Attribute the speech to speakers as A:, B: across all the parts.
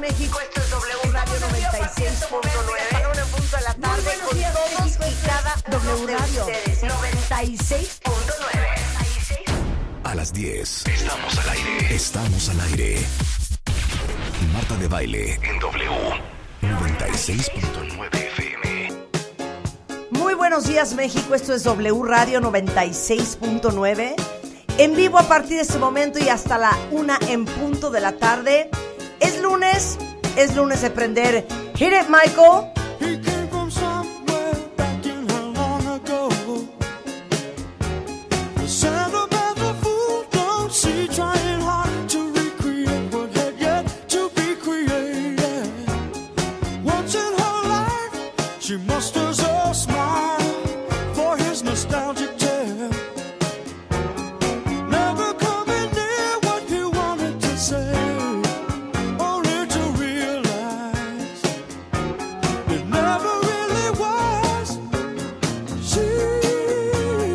A: México, esto es W Radio 96.9.
B: Hasta la una en punto de la
A: Muy
B: tarde
A: buenos
B: con
A: días,
B: todos
A: México,
B: y
A: esto
B: cada
A: es
B: uno
A: W
B: de
A: Radio.
B: ustedes.
A: 96.
B: 96.9.
C: A las 10. Estamos al aire. Estamos al aire. Marta de baile en W. 96.9 FM.
A: Muy buenos días, México. Esto es W Radio 96.9. En vivo a partir de este momento y hasta la una en punto de la tarde. Es lunes, es lunes de prender. Hit it, Michael.
D: He came from somewhere back in how long ago. The sound of the fool don't see trying hard to recreate what had yet to be created. Once in her life, she musters a smile for his nostalgic tale. Never coming near what he wanted to say, only to realize. It never really was. She had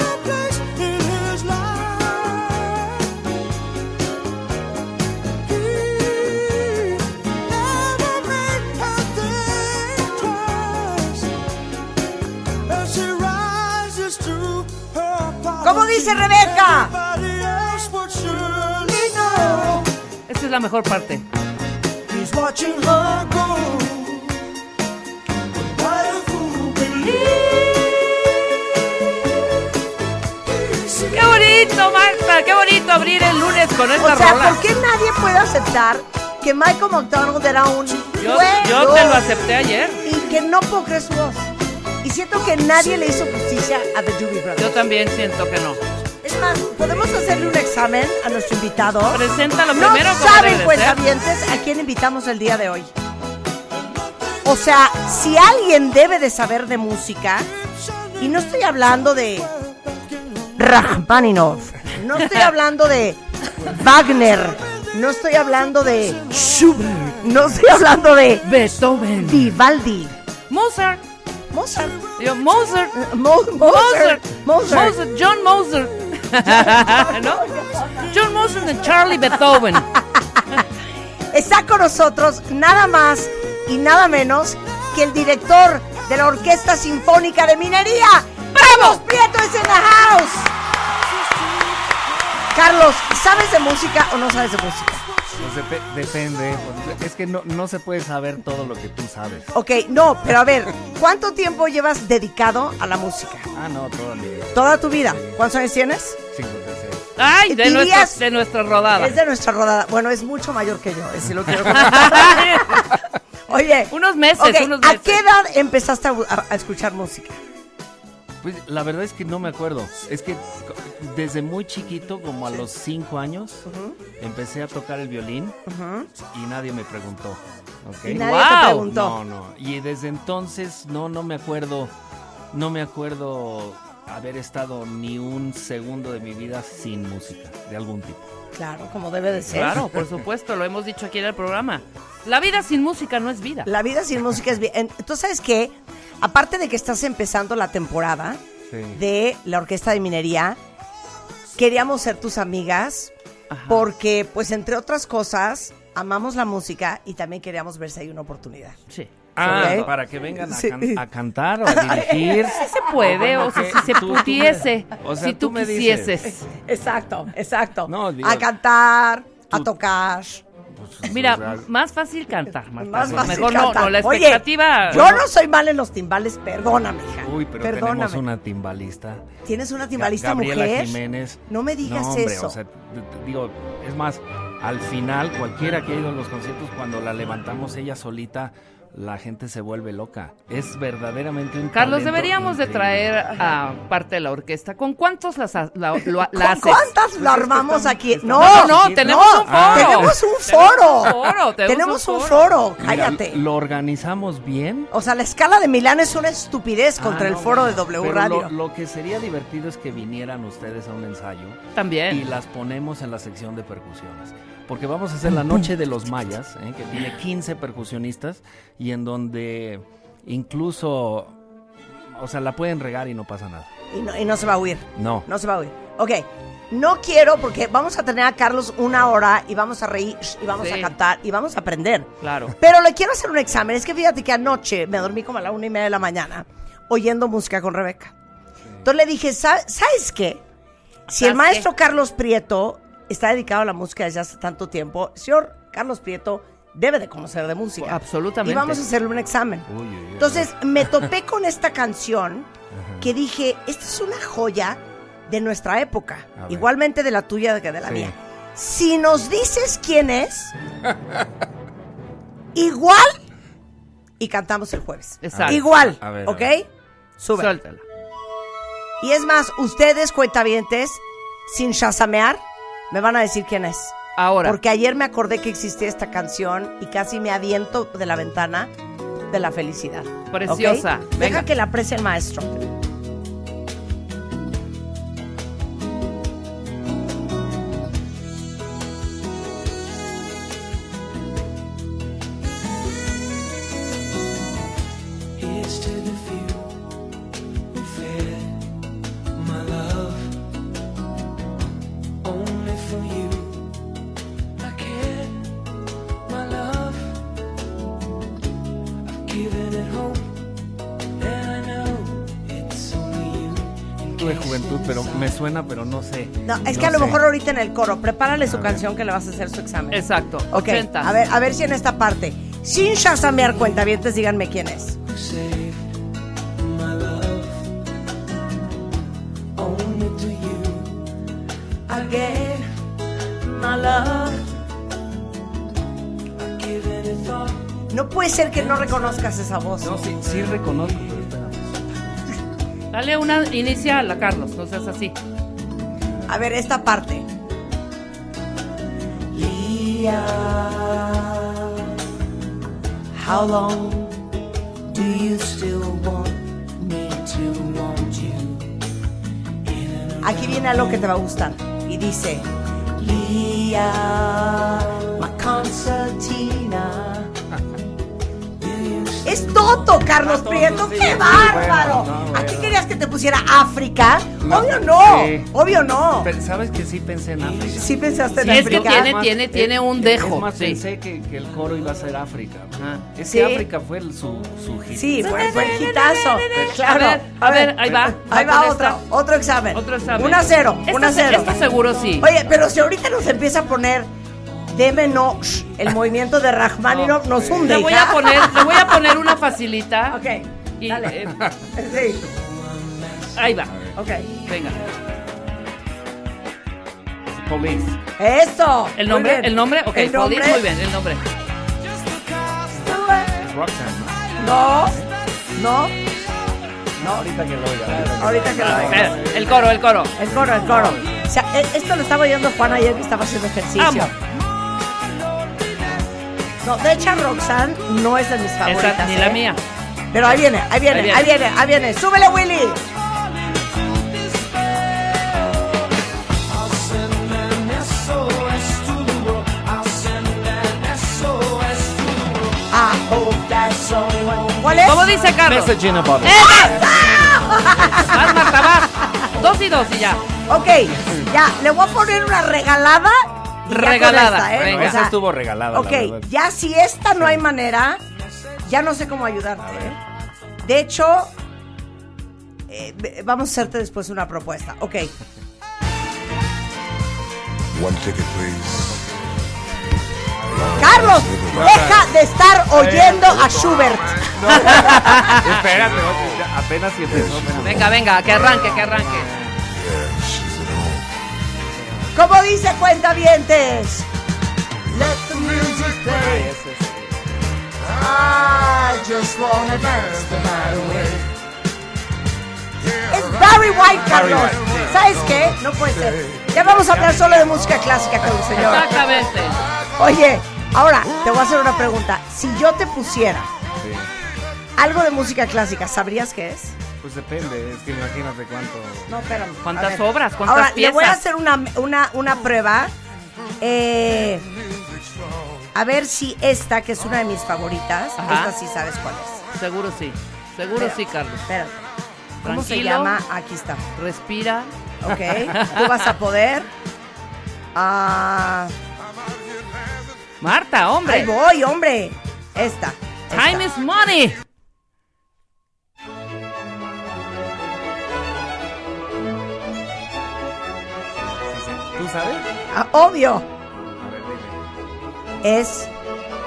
D: a place in his life. He never made her think twice as she rises to her
A: ¿Cómo dice Rebeca?
D: Everybody else would surely know.
E: Esta es la mejor parte.
D: He's watching her go. What a fool believes.
E: ¡Qué bonito, Marta! ¡Qué bonito abrir el lunes con esta
A: O sea,
E: rola!
A: ¿por qué nadie puede aceptar que Michael McDonald era un
E: Yo, yo
A: juego?
E: te lo acepté ayer.
A: y que no puedo creer su voz? Y siento que nadie le hizo justicia a The Doobie
E: Yo
A: Brothers.
E: también siento que no.
A: Es más, ¿podemos hacerle un examen a nuestro invitado?
E: Preséntalo
A: No
E: primero como debe
A: saben, pues,
E: de
A: cuentavientes, a quién invitamos el día de hoy. O sea, si alguien debe de saber de música, y no estoy hablando de Rachmaninoff, no estoy hablando de Wagner, no estoy hablando de Schubert, no estoy hablando de
E: Beethoven.
A: Vivaldi,
E: Mozart.
A: Mozart,
E: Yo, Mozart.
A: Mo- Mozart,
E: Mozart.
A: Mozart.
E: John Mozart. ¿No? John Mozart y Charlie Beethoven.
A: Está con nosotros nada más y nada menos que el director de la Orquesta Sinfónica de Minería. ¡Vamos, Prieto es en la house! Carlos, ¿sabes de música o no sabes de música?
F: Pues depe- depende. pues, Es que no, no se puede saber todo lo que tú sabes.
A: Ok, no, pero a ver, ¿cuánto tiempo llevas dedicado a la música?
F: Ah, no, todo mi vida.
A: ¿Toda tu vida? ¿Cuántos años tienes?
F: 56.
E: Ay, de,
A: ¿Dirías-
E: nuestra, de nuestra rodada.
A: Es de nuestra rodada. Bueno, es mucho mayor que yo, es si lo quiero Oye,
E: Unos meses,
A: ok,
E: unos
A: ¿a
E: meses.
A: qué edad empezaste a, a- a escuchar música?
F: Pues la verdad es que no me acuerdo. Es que co- desde muy chiquito, como a los 5 años, empecé a tocar el violín y nadie me preguntó. ¿ok?
A: Y nadie te
E: Wow.
A: preguntó.
F: No, no. Y desde entonces, no, no me acuerdo. No me acuerdo haber estado ni un segundo de mi vida sin música, de algún tipo.
A: Claro, como debe de ser.
E: Claro, por supuesto, lo hemos dicho aquí en el programa. La vida sin música no es vida.
A: La vida sin música es bien. Entonces, ¿sabes qué? Aparte de que estás empezando la temporada
F: Sí.
A: de la Orquesta de Minería, queríamos ser tus amigas
E: Ajá.
A: porque, pues, entre otras cosas, amamos la música y también queríamos ver si hay una oportunidad.
E: Sí.
F: Ah,
A: Ok.
F: para que vengan a,
A: Sí.
F: can- a cantar o a dirigir.
E: Sí se puede, o sea, si se
F: Tú- tú me-
E: pudiese,
F: o sea,
E: si tú,
F: tú me dices.
E: quisieses.
A: Exacto, exacto.
F: No, digo-
A: a cantar, a
F: Tú-
A: tocar.
F: Pues, o sea,
E: Mira, más fácil cantar, Marta.
A: Más fácil
E: Mejor
A: cantar.
E: no, no, la
A: Oye,
E: expectativa.
A: yo no soy mal en los timbales, perdóname, hija.
F: Uy, pero tenemos una timbalista.
A: Tienes una timbalista
F: Gabriela
A: mujer.
F: Jiménez.
A: No me digas
F: No, hombre,
A: eso.
F: o sea, t- t- digo, es más, al final, cualquiera que ha ido a los conciertos, cuando la levantamos ella solita, la gente se vuelve loca. Es verdaderamente un
E: Carlos,
F: talento
E: deberíamos de
F: increíble.
E: traer a parte de la orquesta. ¿Con cuántos las ha- la, lo- la
A: ¿Con
E: haces?
A: ¿Cuántas lo armamos aquí? No,
E: No, no, tenemos un foro.
A: Ah. Tenemos un foro.
E: Tenemos un foro, tenemos
A: Tenemos
E: un
A: un
E: foro.
A: foro.
F: Mira,
A: Cállate.
F: Lo organizamos bien.
A: O sea, la escala de Milán es una estupidez contra
F: Ah,
A: el
F: no,
A: foro de
F: bueno,
A: W
F: pero
A: Radio.
F: Lo, lo que sería divertido es que vinieran ustedes a un ensayo y
E: También.
F: las ponemos en la sección de percusiones. Porque vamos a hacer la noche de los mayas, ¿eh? que tiene 15 percusionistas y en donde incluso, o sea, la pueden regar y no pasa nada.
A: Y, no, y no se va a huir.
F: No.
A: No se va a huir. Ok, no quiero porque vamos a tener a Carlos una hora y vamos a reír y vamos
E: Sí.
A: a cantar y vamos a aprender.
E: Claro.
A: Pero le quiero hacer un examen. Es que fíjate que anoche me dormí como a la una y media de la mañana oyendo música con Rebeca. Entonces le dije, "Sa- ¿sabes qué? Si el
E: ¿Sabes
A: maestro Carlos Prieto está dedicado a la música desde hace tanto tiempo, señor Carlos Prieto debe de conocer de música.
E: Absolutamente.
A: Y vamos a hacerle un examen.
F: Uy, uy, uy.
A: Entonces me topé con esta canción que dije, esta es una joya de nuestra época,
F: A ver.
A: igualmente de la tuya que de la
F: Sí.
A: mía. Si nos dices quién es, igual y cantamos el jueves.
E: Exacto.
A: Igual,
F: A ver, a
A: ¿ok?
F: ver.
A: Sube.
E: Suéltala.
A: Y es más, ustedes cuentavientes, sin chasamear, me van a decir quién es.
E: Ahora.
A: Porque ayer me acordé que existía esta canción y casi me aviento de la ventana de la felicidad. ¿ok?
E: Preciosa.
A: Deja
E: Venga.
A: que la aprecie el maestro.
G: Here's to the few who fed my love. Only for you, I care, my love. I've given it hope, and I know it's only you. In
F: Tuve
G: case
F: juventud, pero me suena, pero no sé.
A: No, es que a lo
F: sé.
A: mejor ahorita en el coro, prepárale su
F: A ver.
A: canción que le vas a hacer su examen.
E: Exacto.
A: Ok,
E: 80.
A: a ver, a ver si en esta parte, sin chasamear cuentavientes, díganme quién es.
G: you saved my love. Only to you, I gave my love. I've given it thought.
A: No puede ser que no reconozcas esa voz.
F: No, sí, sí reconozco, pero espérame.
E: Dale una inicial a Carlos, no seas así.
A: A ver, esta parte.
G: Leah, how long do you still want me to want you?
A: Aquí viene algo que te va a gustar. Y dice,
G: Leah, my concertina.
A: es Toto, Carlos
F: Toto,
A: Prieto,
F: sí,
A: ¡qué
F: sí,
A: bárbaro!
F: bueno, no,
A: Aquí
F: bueno.
A: querías que te pusiera África.
F: No,
A: obvio no,
F: sí.
A: obvio no.
F: Pero, ¿Sabes que sí pensé en África?
A: Sí pensaste en
E: Sí, es que
A: África.
E: tiene- tiene un dejo,
F: Es más,
E: sí.
F: pensé que, que el coro iba a ser África. Es
A: Sí.
F: que África fue el- su, su hit.
A: Sí, fue, fue el hitazo. Claro.
E: A ver, a ver, ahí va.
A: Ahí
E: con
A: va
E: esta.
A: otro, otro examen.
E: Otro examen.
A: 1 a 0,
E: Esta
A: 1 a
E: se-
A: 0.
E: esta seguro sí.
A: Oye, pero si ahorita nos empieza a poner Deme no, sh, el movimiento de Rachmaninoff nos hunde.
E: Le voy
A: hija.
E: a poner, le voy a poner una facilita.
A: Ok,
E: Y,
A: dale.
E: eh,
A: Sí,
E: ahí va.
A: ok.
E: Venga.
F: pues, Police.
A: Eso.
E: El
A: muy
E: nombre,
A: bien.
E: el nombre, ok,
A: El nombre.
E: Police, muy bien, el nombre.
F: Roxanne. ¿no?
A: No, no.
F: Ahorita que lo oiga.
A: Ahorita que
E: Ah,
A: lo oiga.
E: Espera, Eh, El coro, el coro.
A: El coro, el coro. O sea, e- esto lo estaba oyendo Juan ayer que estaba haciendo ejercicio.
E: Amo.
A: No, de hecho, Roxanne no es de mis favoritas.
E: Esa ni la
A: ¿eh?
E: mía.
A: Pero ahí viene, ahí viene, ahí
E: Ahí
A: viene, ahí viene. ¡Súbele, Willy! Ah, oh, that's all I want. ¿Cuál es?
E: ¿Cómo dice Carlos?
F: Message in a bottle.
E: ¡Esa! Vas, Marta, vas. Dos y dos y ya.
A: Ok, ya, le voy a poner una regalada. y ya con
E: Regalada,
A: esta, ¿eh?
E: venga.
A: O sea,
F: Esa estuvo regalada.
A: Ok,
F: la verdad.
A: ya si esta no hay manera, ya no sé cómo ayudarte. ¿eh? De hecho, eh, ve- vamos a hacerte después una propuesta. Ok,
D: One ticket, please.
A: Carlos, deja de estar oyendo a Schubert.
F: Espérate, no, Pues, ya apenas si empezó. espérame.
E: Venga, venga, que arranque, que arranque.
D: Yeah, she's at home.
A: Como dice Cuentavientes.
D: Let the music
F: Ay,
D: play.
F: ese es-
D: I just wanna dance the night away.
A: Es Barry White,
F: Barry
A: Carlos.
F: White, sí.
A: ¿Sabes qué? No puede ser. Ya vamos a hablar solo de música clásica con el señor.
E: Exactamente.
A: Oye, ahora te voy a hacer una pregunta. Si yo te pusiera
F: sí.
A: algo de música clásica, ¿sabrías qué es?
F: Pues depende, es que imagínate cuánto.
A: No, espérame.
E: ¿Cuántas
A: A ver.
E: obras? ¿Cuántas
A: Ahora, le voy a
E: piezas?
A: hacer una, una, una prueba. Eh, a ver si esta, que es una de mis favoritas,
E: Ajá.
A: esta sí sabes cuál es.
E: Seguro sí. Seguro sí, Carlos.
A: Espérate. ¿Cómo se
E: Tranquilo.
A: llama? Aquí está.
E: Respira.
A: Ok. ¿ok? Tú vas a poder. Ah,
E: Marta,
A: ahí
E: hombre.
A: voy, hombre. Esta. esta.
E: Time is money.
F: ¿Tú sabes?
A: Ah, obvio. Es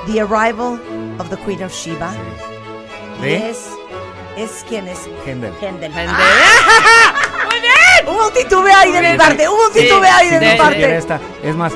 A: The Arrival of the Queen of Sheba. Y
F: ¿De?
A: es. Es quien es
F: Händel.
A: Händel.
E: Gente.
A: Ah,
E: Muy bien.
A: hubo un titubeo ahí de mi
E: Sí,
A: parte. Hubo un
E: sí,
A: titubeo ahí de
E: sí,
A: mi
E: sí,
F: Mira
A: parte.
F: esta. Es más,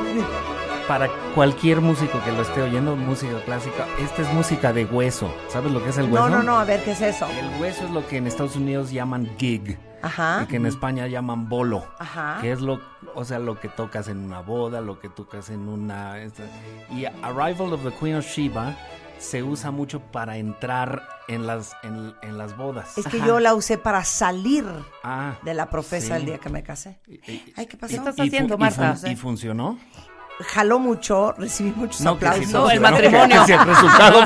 F: para cualquier músico que lo esté oyendo, música clásica, esta es música de hueso. ¿Sabes lo que es el hueso?
A: No, no, no. A ver, ¿qué es eso?
F: El hueso es lo que en Estados Unidos llaman gig.
A: Ajá.
F: Y que en España llaman bolo.
A: Ah. Ajá.
F: Que es lo, o sea, lo que tocas en una boda, lo que tocas en una. esta- Y Arrival of the Queen of Sheba se usa mucho para entrar en las, en, en las bodas.
A: Es que yo la usé para salir
F: Ah,
A: de la profesa
F: sí.
A: el día que me casé.
F: Y-
A: Ay, ¿qué
F: y-
A: pasó?
E: estás
F: y fu-
E: haciendo,
F: y
E: Marta?
F: fun- ¿Y funcionó?
A: Jaló mucho, recibí muchos
F: que si
A: Pues aplausos.
E: No, el
F: funcionó,
E: matrimonio.
F: que si el resultado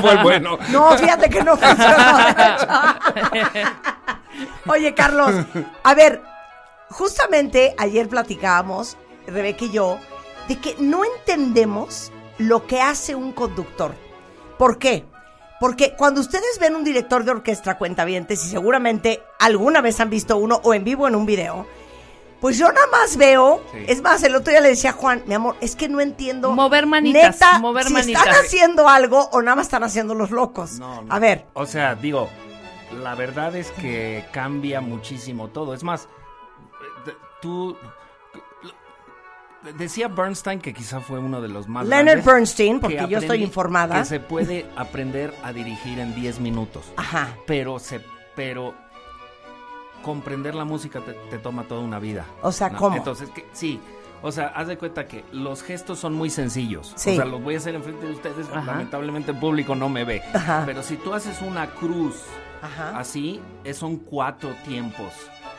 F: fue bueno.
A: No, fíjate que no funcionó. de hecho. Oye, Carlos, a ver, justamente ayer platicábamos, Rebeca y yo, de que no entendemos lo que hace un conductor. ¿Por qué? Porque cuando ustedes ven un director de orquesta cuentavientes, y seguramente alguna vez han visto uno o en vivo en un video, pues yo nada más veo,
F: Sí.
A: es más, el otro día le decía a Juan, mi amor, es que no entiendo.
E: Mover manitas,
A: neta,
E: mover
A: si están
E: manitas.
A: haciendo algo o nada más están haciendo los locos.
F: No, no.
A: A ver,
F: O sea, digo, la verdad es que cambia muchísimo todo. Es más, eh, de- tú. de- Decía Bernstein que quizá fue uno de los más.
A: Leonard
F: grandes,
A: Bernstein,
F: que
A: porque yo estoy
F: aprendí-
A: informada.
F: Que se puede aprender a dirigir en 10 minutos.
A: Ajá.
F: Pero se. Pero. Comprender la música te, te toma toda una vida.
A: O sea, ¿cómo?
F: Entonces, que- sí. O sea, haz de cuenta que los gestos son muy sencillos.
A: Sí.
F: O sea, los voy a hacer enfrente de ustedes.
E: Ajá.
F: Lamentablemente el público no me ve.
A: Ajá.
F: Pero si tú haces una cruz
A: Ajá.
F: así, es- son cuatro tiempos.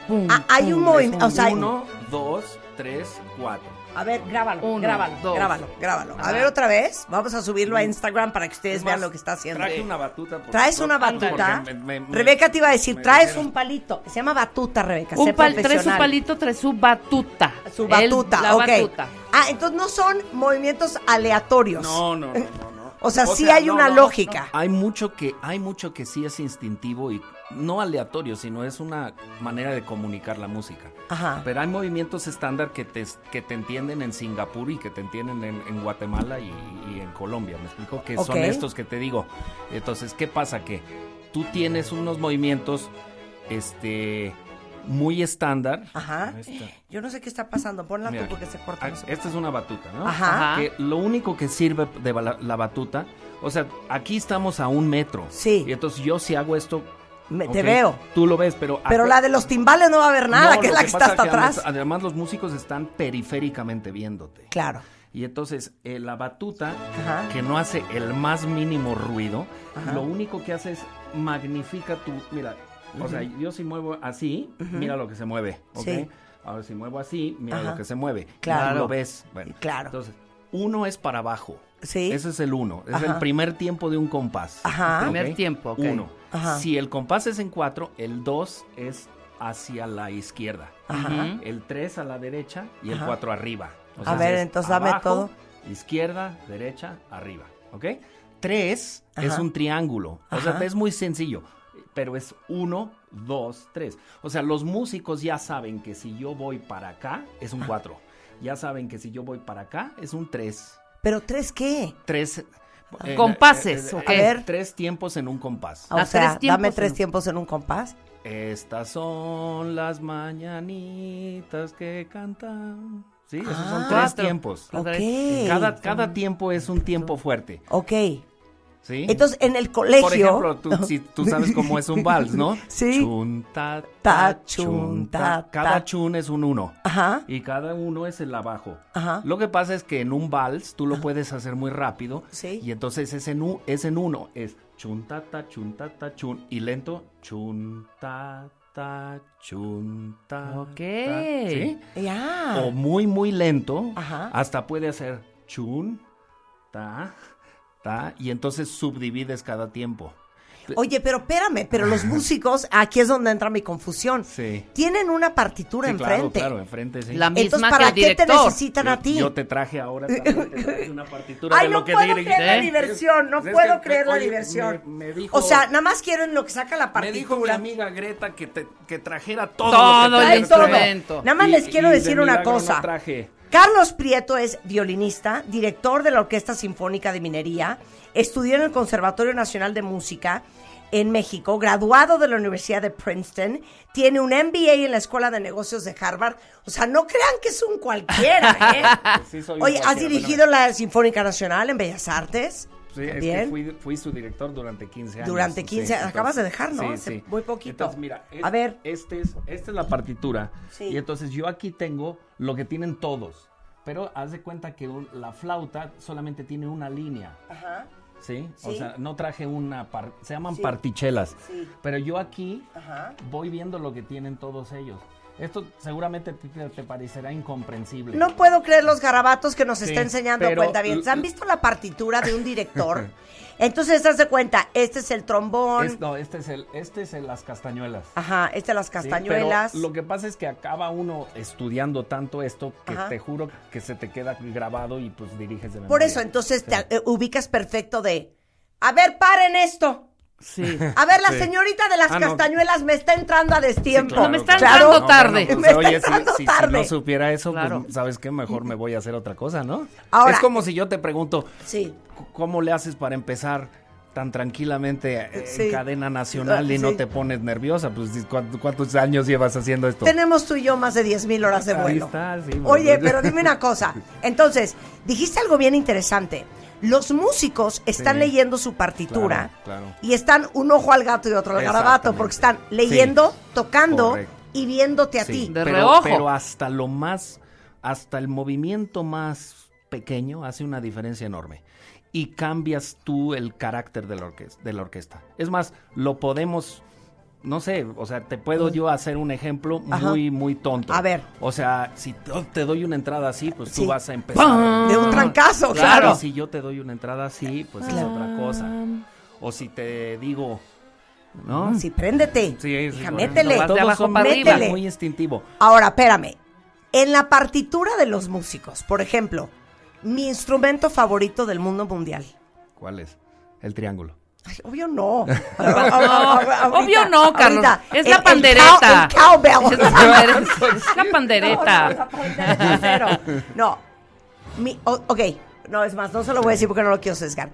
E: Pum,
A: Ah, hay un
E: pum.
A: movimiento, o
F: Es
A: sea,
F: un uno, dos, tres, cuatro.
A: a ver, grábalo,
E: Uno,
A: grábalo,
E: dos.
A: grábalo, grábalo. A
F: Ajá.
A: ver otra vez, vamos a subirlo a Instagram para que ustedes
F: Es
A: vean
F: más,
A: lo que está haciendo.
F: Traje una batuta. por-
A: Traes una
F: porque
A: batuta.
F: me- me- me-
A: Rebeca te iba a decir,
F: me
A: traes
F: dijeron-
A: un palito. Se llama batuta, Rebeca. sé
E: Un pal, trae su
A: profesional.
E: palito, trae su batuta.
A: Su
E: El-
A: batuta,
E: la
A: ok.
E: batuta.
A: Ah, entonces no son movimientos aleatorios.
F: No, no, no, no, no.
A: eh, O sea, sí hay
F: no,
A: una
F: no, no.
A: lógica.
F: Hay mucho que, hay mucho que sí es instintivo y no aleatorio, sino es una manera de comunicar la música.
A: Ajá.
F: Pero hay movimientos estándar que te, que te entienden en Singapur y que te entienden en, en Guatemala y, y en Colombia. Me explico que
A: Ok.
F: son estos que te digo. Entonces, ¿qué pasa? Que tú tienes unos movimientos, este, muy estándar.
A: Ajá.
F: Ahí está.
A: Yo no sé qué está pasando. Ponla
F: Mira,
A: tú porque se corta.
F: ah,
A: no sé.
F: Esta es una batuta, ¿no?
A: Ajá.
E: Ajá.
F: que lo único que sirve de la, la batuta, o sea, aquí estamos a un metro.
A: Sí.
F: Y entonces yo si hago esto...
A: Me-
F: ok,
A: Te veo.
F: Tú lo ves, pero...
A: Pero la de los timbales no va a haber nada,
F: No,
A: que es
F: lo
A: la que está
F: pasa
A: hasta
F: es que además-
A: atrás.
F: Además los músicos están periféricamente viéndote.
A: Claro.
F: Y entonces eh, la batuta,
A: Ajá.
F: que no hace el más mínimo ruido, lo único que hace es magnifica tu... Mira, o sea, yo si muevo así, mira lo que se mueve, ¿ok?
A: Sí.
F: Ahora si muevo así, mira
A: Ajá.
F: lo que se mueve.
A: Claro.
F: Y Lo ves. Bueno,
A: Claro.
F: Entonces, uno es para abajo.
A: Sí.
F: Ese es el uno. Es
A: Ajá.
F: el primer tiempo de un compás.
A: Ajá.
F: ¿ok?
E: Primer tiempo, ok.
F: Uno.
A: Ajá.
F: Si el compás es en cuatro, el dos es hacia la izquierda.
A: Ajá.
F: El 3 a la derecha y el
A: Ajá.
F: 4 arriba.
A: A ver,
F: es
A: entonces dame todo.
F: Izquierda, derecha, arriba. ¿Ok? 3 es
A: Ajá.
F: un triángulo. O sea,
A: Ajá.
F: es muy sencillo. Pero es 1, 2, 3. O sea, los músicos ya saben que si yo voy para acá es
A: Ah.
F: un 4. Ya saben que si yo voy para acá es un 3.
A: ¿Pero tres qué?
F: 3.
E: Compases, ¿o
A: qué? A ver.
F: eh, Tres tiempos en un compás.
A: O
E: Ah,
A: sea,
E: tres tiempos
A: dame
E: en
A: tres
E: un-
A: tiempos en un compás.
F: Estas son las mañanitas que cantan. Sí, esos
A: Ah.
F: son tres
E: Cuatro.
F: tiempos.
E: Los
A: Ok.
E: tres.
F: Cada, cada tiempo es un tiempo fuerte.
A: Ok.
F: ¿sí?
A: Entonces, en el colegio.
F: por ejemplo, tú, si, tú sabes cómo es un vals, ¿no?
A: Sí.
F: Chun, ta,
A: Ta,
F: ta,
A: chun,
F: chun,
A: ta,
F: ta. Cada
A: ta.
F: chun es un uno.
A: Ajá.
F: Y cada uno es el abajo.
A: Ajá.
F: Lo que pasa es que en un vals tú lo puedes hacer muy rápido.
A: Sí.
F: Y entonces es en, u- es en uno. Es chun ta ta chun ta ta chun. Y lento chun ta ta chun ta. ta.
E: Ok.
F: ¿Sí?
A: Ya.
F: O muy muy lento.
A: Ah. Ajá.
F: Hasta puede hacer chun ta ta. Y entonces subdivides cada tiempo.
A: Oye, pero espérame, pero los músicos, aquí es donde entra mi confusión.
F: Sí.
A: Tienen una partitura
F: Sí, claro,
A: enfrente.
F: claro, enfrente, sí.
E: La-
A: Entonces,
E: Misma que
A: ¿para
E: el
A: qué te
E: director.
A: necesitan
F: yo,
A: a ti?
F: yo te traje ahora también, te traje una partitura
A: Ay,
F: de
A: no
F: lo que
A: puedo
F: dirigí.
A: creer la
E: ¿eh?
A: diversión, no
F: Es que-
A: puedo
F: es que,
A: creer la
F: oye,
A: diversión.
F: me- me dijo-
A: o sea, nada más quieren lo que saca la
F: Me dijo mi
A: partitura.
F: amiga Greta que, te- que trajera todo.
E: Todo
F: lo que
E: el
F: te-
A: Trae todo.
E: instrumento.
A: Nada más
F: Y-
A: les quiero
F: y de
A: decir una
F: milagro no
A: cosa.
F: traje.
A: Carlos Prieto es violinista, director de la Orquesta Sinfónica de Minería, estudió en el Conservatorio Nacional de Música en México, graduado de la Universidad de Princeton, tiene un MBA en la Escuela de Negocios de Harvard. O sea, no crean que es un cualquiera, ¿eh?
F: Sí, soy un
A: Oye, ¿has
F: cualquiera,
A: dirigido la Sinfónica Nacional en Bellas Artes?
F: Sí, es que
A: También.
F: fui, fui su director durante 15 años.
A: Durante
F: Sí,
A: 15, acabas de dejar, ¿no?
F: sí,
A: Hace
F: sí.
A: muy poquito.
F: Entonces, mira,
A: A ver.
F: Este es, esta es la partitura.
A: Sí.
F: Y entonces yo aquí tengo lo que tienen todos. Pero haz de cuenta que un- la flauta solamente tiene una línea.
A: Ajá.
F: ¿Sí? O
A: Sí.
F: sea, no traje una. par- se llaman
A: Sí.
F: partichelas.
A: Sí.
F: Pero yo aquí
A: Ajá.
F: voy viendo lo que tienen todos ellos. Esto seguramente te, te- te parecerá incomprensible.
A: No puedo creer los garabatos que nos
F: Sí,
A: está enseñando
F: pero-
A: cuenta bien. ¿Han visto la partitura de un director? Entonces, haz de cuenta, este es el trombón,
F: Es- no, este es el, este es el- las castañuelas.
A: ajá, este las
F: Sí,
A: castañuelas.
F: pero lo que pasa es que acaba uno estudiando tanto esto que
A: Ajá.
F: te juro que se te queda grabado y pues diriges de memoria.
A: Por eso, entonces
F: Sí.
A: te eh, ubicas perfecto de, a ver, paren esto.
E: Sí.
A: A ver, la
F: Sí.
A: señorita de las
F: Ah, no.
A: castañuelas me está entrando a destiempo.
E: No, me está
A: Claro.
E: entrando tarde.
A: Me está
F: oye, si-
A: entrando
F: si, si
A: tarde.
F: no supiera eso, pues,
E: Claro.
F: ¿sabes qué? Mejor me voy a hacer otra cosa, ¿no?
A: Ahora-
F: es como si yo te pregunto,
A: Sí.
F: c- ¿cómo le haces para empezar tan tranquilamente eh,
A: Sí.
F: en cadena nacional y
A: Ah, sí.
F: no te pones nerviosa? Pues, ¿cu- ¿cuántos, años llevas haciendo esto?
A: Tenemos tú y yo más de 10.000 mil horas de
F: Ahí
A: vuelo.
F: está, sí,
A: Oye,
F: bueno.
A: pero dime una cosa. Entonces, dijiste algo bien interesante. Los músicos están
F: Sí.
A: leyendo su partitura
F: Claro, claro.
A: y están un ojo al gato y otro al garabato
F: Exactamente.
A: porque están leyendo,
F: Sí.
A: tocando
F: Correcto.
A: y viéndote a
F: Sí,
A: ti.
E: De
F: pero,
E: reojo.
F: Pero hasta lo más, hasta el movimiento más pequeño hace una diferencia enorme. Y cambias tú el carácter de la, orques- de la orquesta. Es más, lo podemos, no sé, o sea, te puedo yo hacer un ejemplo
A: Ajá.
F: muy, muy tonto.
A: A ver.
F: O sea, si to- te doy una entrada así, pues
A: Sí.
F: tú vas a empezar.
A: De un trancazo,
F: Claro.
A: claro.
F: Y si yo te doy una entrada así, pues es otra cosa. O si te digo, ¿no?
A: Mm, Sí, préndete.
F: Sí, sí,
A: Hija,
F: bueno,
A: métele.
F: no,
E: Vas de
F: todos
E: abajo
F: son
E: para
F: muy-
A: arriba.
F: Muy instintivo.
A: Ahora, espérame. En la partitura de los músicos, por ejemplo, mi instrumento favorito del mundo mundial.
F: ¿Cuál es? El triángulo.
A: Ay, obvio no. Ahorita,
E: Obvio no, Carlos.
A: ahorita.
E: es
A: El-
E: la
A: el
E: pandereta.
A: cow- el cowbell.
E: Es la pandereta.
A: No, no,
E: Es la pandereta.
A: la pandereta, cero. No. Mi, o- ok, no, es más, no se lo voy a decir porque no lo quiero sesgar.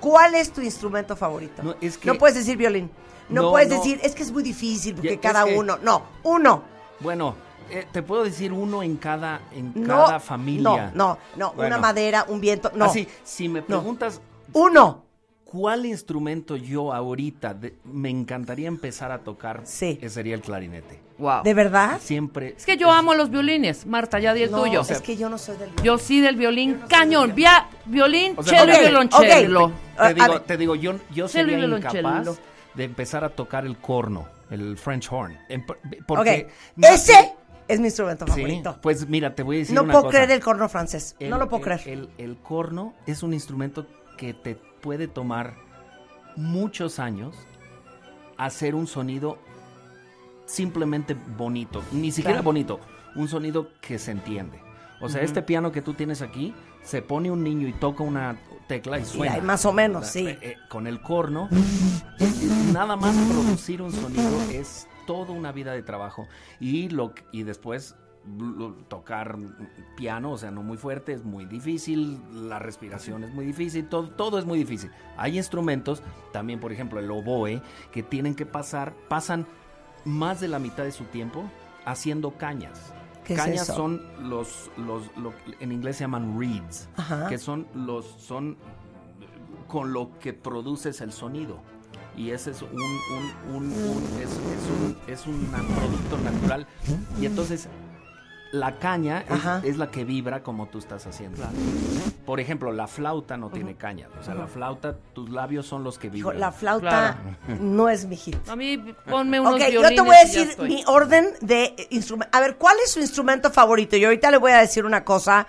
A: ¿Cuál es tu instrumento favorito?
F: No, es que-
A: No puedes decir violín. No,
F: No,
A: puedes
F: no.
A: decir, es que es muy difícil porque
F: Ya, es
A: cada
F: que-
A: uno. No, uno.
F: Bueno, eh, te puedo decir uno en cada, en
A: No.
F: cada familia.
A: No, no, no. Una
F: Bueno.
A: madera, un viento. No.
F: Así, si me preguntas
A: Uno.
F: cuál instrumento yo ahorita de- me encantaría empezar a tocar,
A: Sí.
F: ese sería el clarinete.
E: Wow.
A: ¿De verdad?
F: Siempre.
E: Es que yo amo los violines. Marta, ya di el
A: No,
E: tuyo.
A: es que yo no soy del
E: Yo sí del violín cañón. Via- violín,
F: O sea,
E: cello
A: ok,
E: y violonchelo.
A: ok.
F: Te
A: A
F: digo,
A: ver.
F: te digo, yo, yo
E: Cello y
F: sería
E: violonchelo.
F: incapaz de empezar a tocar el corno, el French horn. En-
A: Ok.
F: Porque
A: Ese es mi instrumento
F: Sí,
A: favorito.
F: pues mira, te voy a decir
A: No
F: una
A: puedo
F: cosa.
A: creer el corno francés.
F: El-
A: no lo puedo
F: el-
A: creer.
F: El, el corno es un instrumento que te puede tomar muchos años hacer un sonido simplemente bonito. Ni siquiera
A: Claro.
F: bonito, un sonido que se entiende. O sea, este piano que tú tienes aquí, se pone un niño y toca una tecla y suena.
A: ahí más o menos,
F: La-
A: sí.
F: eh, eh, con el corno, nada más producir un sonido es toda una vida de trabajo. Y, lo, que- y después lo- tocar piano, o sea, no muy fuerte, es muy difícil, la respiración es muy difícil, todo, todo es muy difícil. Hay instrumentos, también por ejemplo el oboe, que tienen que pasar, pasan más de la mitad de su tiempo haciendo cañas.
A: ¿Qué es
F: cañas
A: eso?
F: son los, los, lo que en inglés se llaman reeds,
A: Ajá.
F: que son los, son con lo que produces el sonido. Y ese es un, un- un- un- es, es un, es un producto natural. Y entonces la caña es-
A: Ajá.
F: es, la que vibra como tú estás haciendo. Por ejemplo, la flauta no tiene caña. O sea, la flauta, tus labios son los que
A: Hijo,
F: vibran.
A: la flauta no es mi hit.
E: A mí ponme unos
A: Ok, yo
E: violines.
A: te voy a
E: y ya
A: decir
E: estoy.
A: mi orden de instrumento. A ver, ¿cuál es su instrumento favorito? Y ahorita le voy a decir una cosa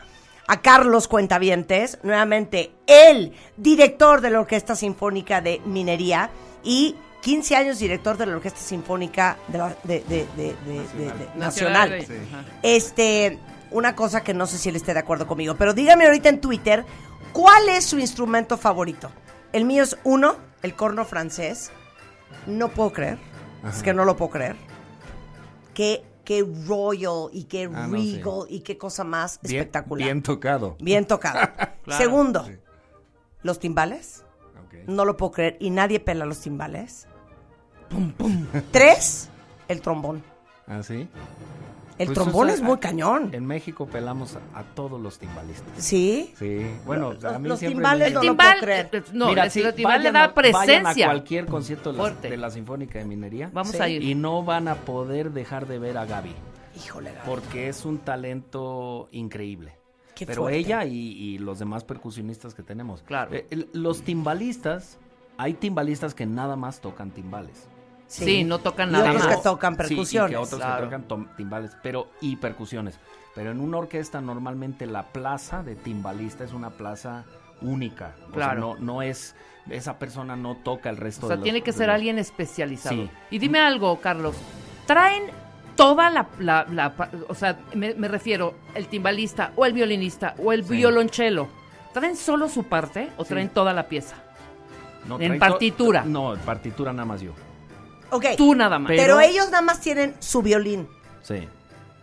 A: a Carlos Cuentavientes, nuevamente el director de la Orquesta Sinfónica de Minería y 15 años director de la Orquesta Sinfónica de la- de- de- de- de- de- de- Nacional.
E: Nacional, sí. Ajá.
A: Este, una cosa que no sé si él esté de acuerdo conmigo, pero dígame ahorita en Twitter, ¿cuál es su instrumento favorito? El mío es uno, el corno francés. No puedo creer, es que no lo puedo creer. Qué, qué royal y qué
F: Ah, no, sí.
A: regal y qué cosa más
F: Bien-
A: espectacular.
F: Bien tocado.
A: Bien tocado.
E: Claro.
A: Segundo,
F: Sí.
A: los timbales.
F: Ok.
A: No lo puedo creer. Y nadie pela los timbales. Pum, pum. Tres, el trombón.
F: ¿Ah, sí?
A: El
F: Pues,
A: trombón
F: o sea, eh,
A: es muy
F: a-
A: cañón.
F: En México pelamos a, a todos los timbalistas.
A: Sí.
F: Sí, bueno,
A: Los-
F: a mí
A: los
F: siempre
A: timbales
F: me-
A: no lo
E: timbal,
A: puedo creer.
E: eh, no,
F: Mira,
E: el
F: sí,
E: timbal le
F: vayan
E: da
F: a- vayan
E: presencia.
F: a cualquier concierto de la,
E: Fuerte.
F: de la Sinfónica de Minería
E: Vamos
A: Sí.
E: a ir.
F: y no van a poder dejar de ver a Gaby
A: Híjole, Gaby.
F: porque es un talento increíble.
A: Qué
F: Pero
A: fuerte.
F: ella y, y los demás percusionistas que tenemos.
E: Claro.
F: Eh, el- los timbalistas, hay timbalistas que nada más tocan timbales.
E: Sí, no tocan
A: Y
E: nada
A: otros
E: más.
A: que tocan
F: Sí, y
A: percusiones.
F: que otros
E: Claro.
F: que tocan tom- timbales, pero y percusiones. Pero en una orquesta normalmente la plaza de timbalista es una plaza única. O sea,
E: Claro.
F: no, no es esa persona no toca el resto.
E: O sea,
F: de los-
E: tiene que
F: de
E: ser
F: los-
E: alguien especializado.
F: Sí.
E: Y dime algo, Carlos. Traen toda la... la- la pa- o sea, me, me refiero, el timbalista o el violinista o el
F: Sí.
E: violonchelo. ¿Traen solo su parte o
F: Sí.
E: traen toda la pieza?
F: No,
E: en
F: trae to-
E: partitura.
F: No, en partitura nada más yo.
A: Ok,
E: Tú nada más.
A: pero, ellos nada más tienen su violín.
F: Sí.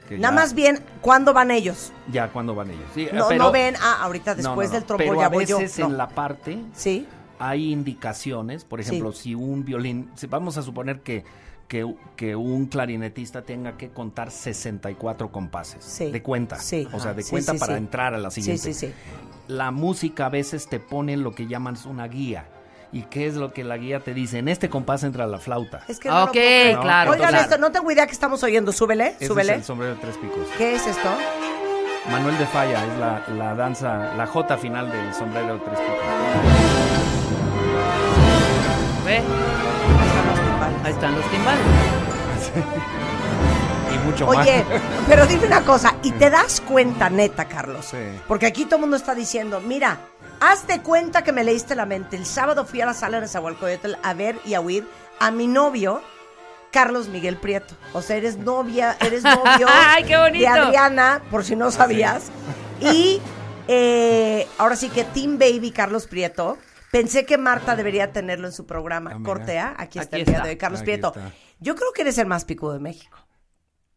F: Que
A: Nada
F: ya-
A: más bien, ¿cuándo van ellos?
F: Ya cuando van ellos. Sí, eh,
A: No,
F: pero-
A: no ven, ah, ahorita
F: No, no,
A: después
F: no,
A: del trombón
F: pero
A: ya
F: a
A: voy yo.
F: veces
A: No.
F: en la parte
A: Sí,
F: hay indicaciones, por
A: Sí.
F: ejemplo, si un violín, si vamos a suponer que, que, que un clarinetista tenga que contar 64 compases
A: Sí.
F: de cuenta,
A: Sí.
F: o sea,
A: Ajá.
F: de
A: Sí,
F: cuenta
A: sí,
F: para
A: sí.
F: entrar a la
A: sí,
F: siguiente.
A: sí, sí.
F: La música a veces te pone lo que llaman una guía. ¿Y qué es lo que la guía te dice? En este compás entra la flauta.
A: Es que no lo
E: Ok,
A: puedo creer.
E: claro,
A: Oigan
E: claro.
A: esto, no tengo idea que estamos oyendo. Súbele,
F: Ese
A: súbele.
F: es el sombrero de tres picos.
A: ¿Qué es esto?
F: Manuel de Falla es la, la danza, la jota final del sombrero de tres picos.
E: ¿Ve? Ahí están los timbales.
F: Y mucho más.
A: Oye, pero dime una cosa, y te das cuenta, neta, Carlos,
F: Sí.
A: porque aquí todo el mundo está diciendo, mira, hazte cuenta que me leíste la mente. El sábado fui a la sala de Zahualcoyotl a ver y a oír a mi novio, Carlos Miguel Prieto. O sea, eres novia, eres novio
E: ¡Ay, qué bonito!
A: de Adriana, por si
F: Ah,
A: no sabías. Y eh, ahora sí que Team Baby Carlos Prieto. Pensé que Marta debería tenerlo en su programa.
F: Ah, mira.
A: Cortea, aquí está
E: Aquí
A: el día
E: está.
A: de hoy, Carlos
F: Aquí
A: Prieto.
F: está.
A: Yo creo que eres el más picudo de México.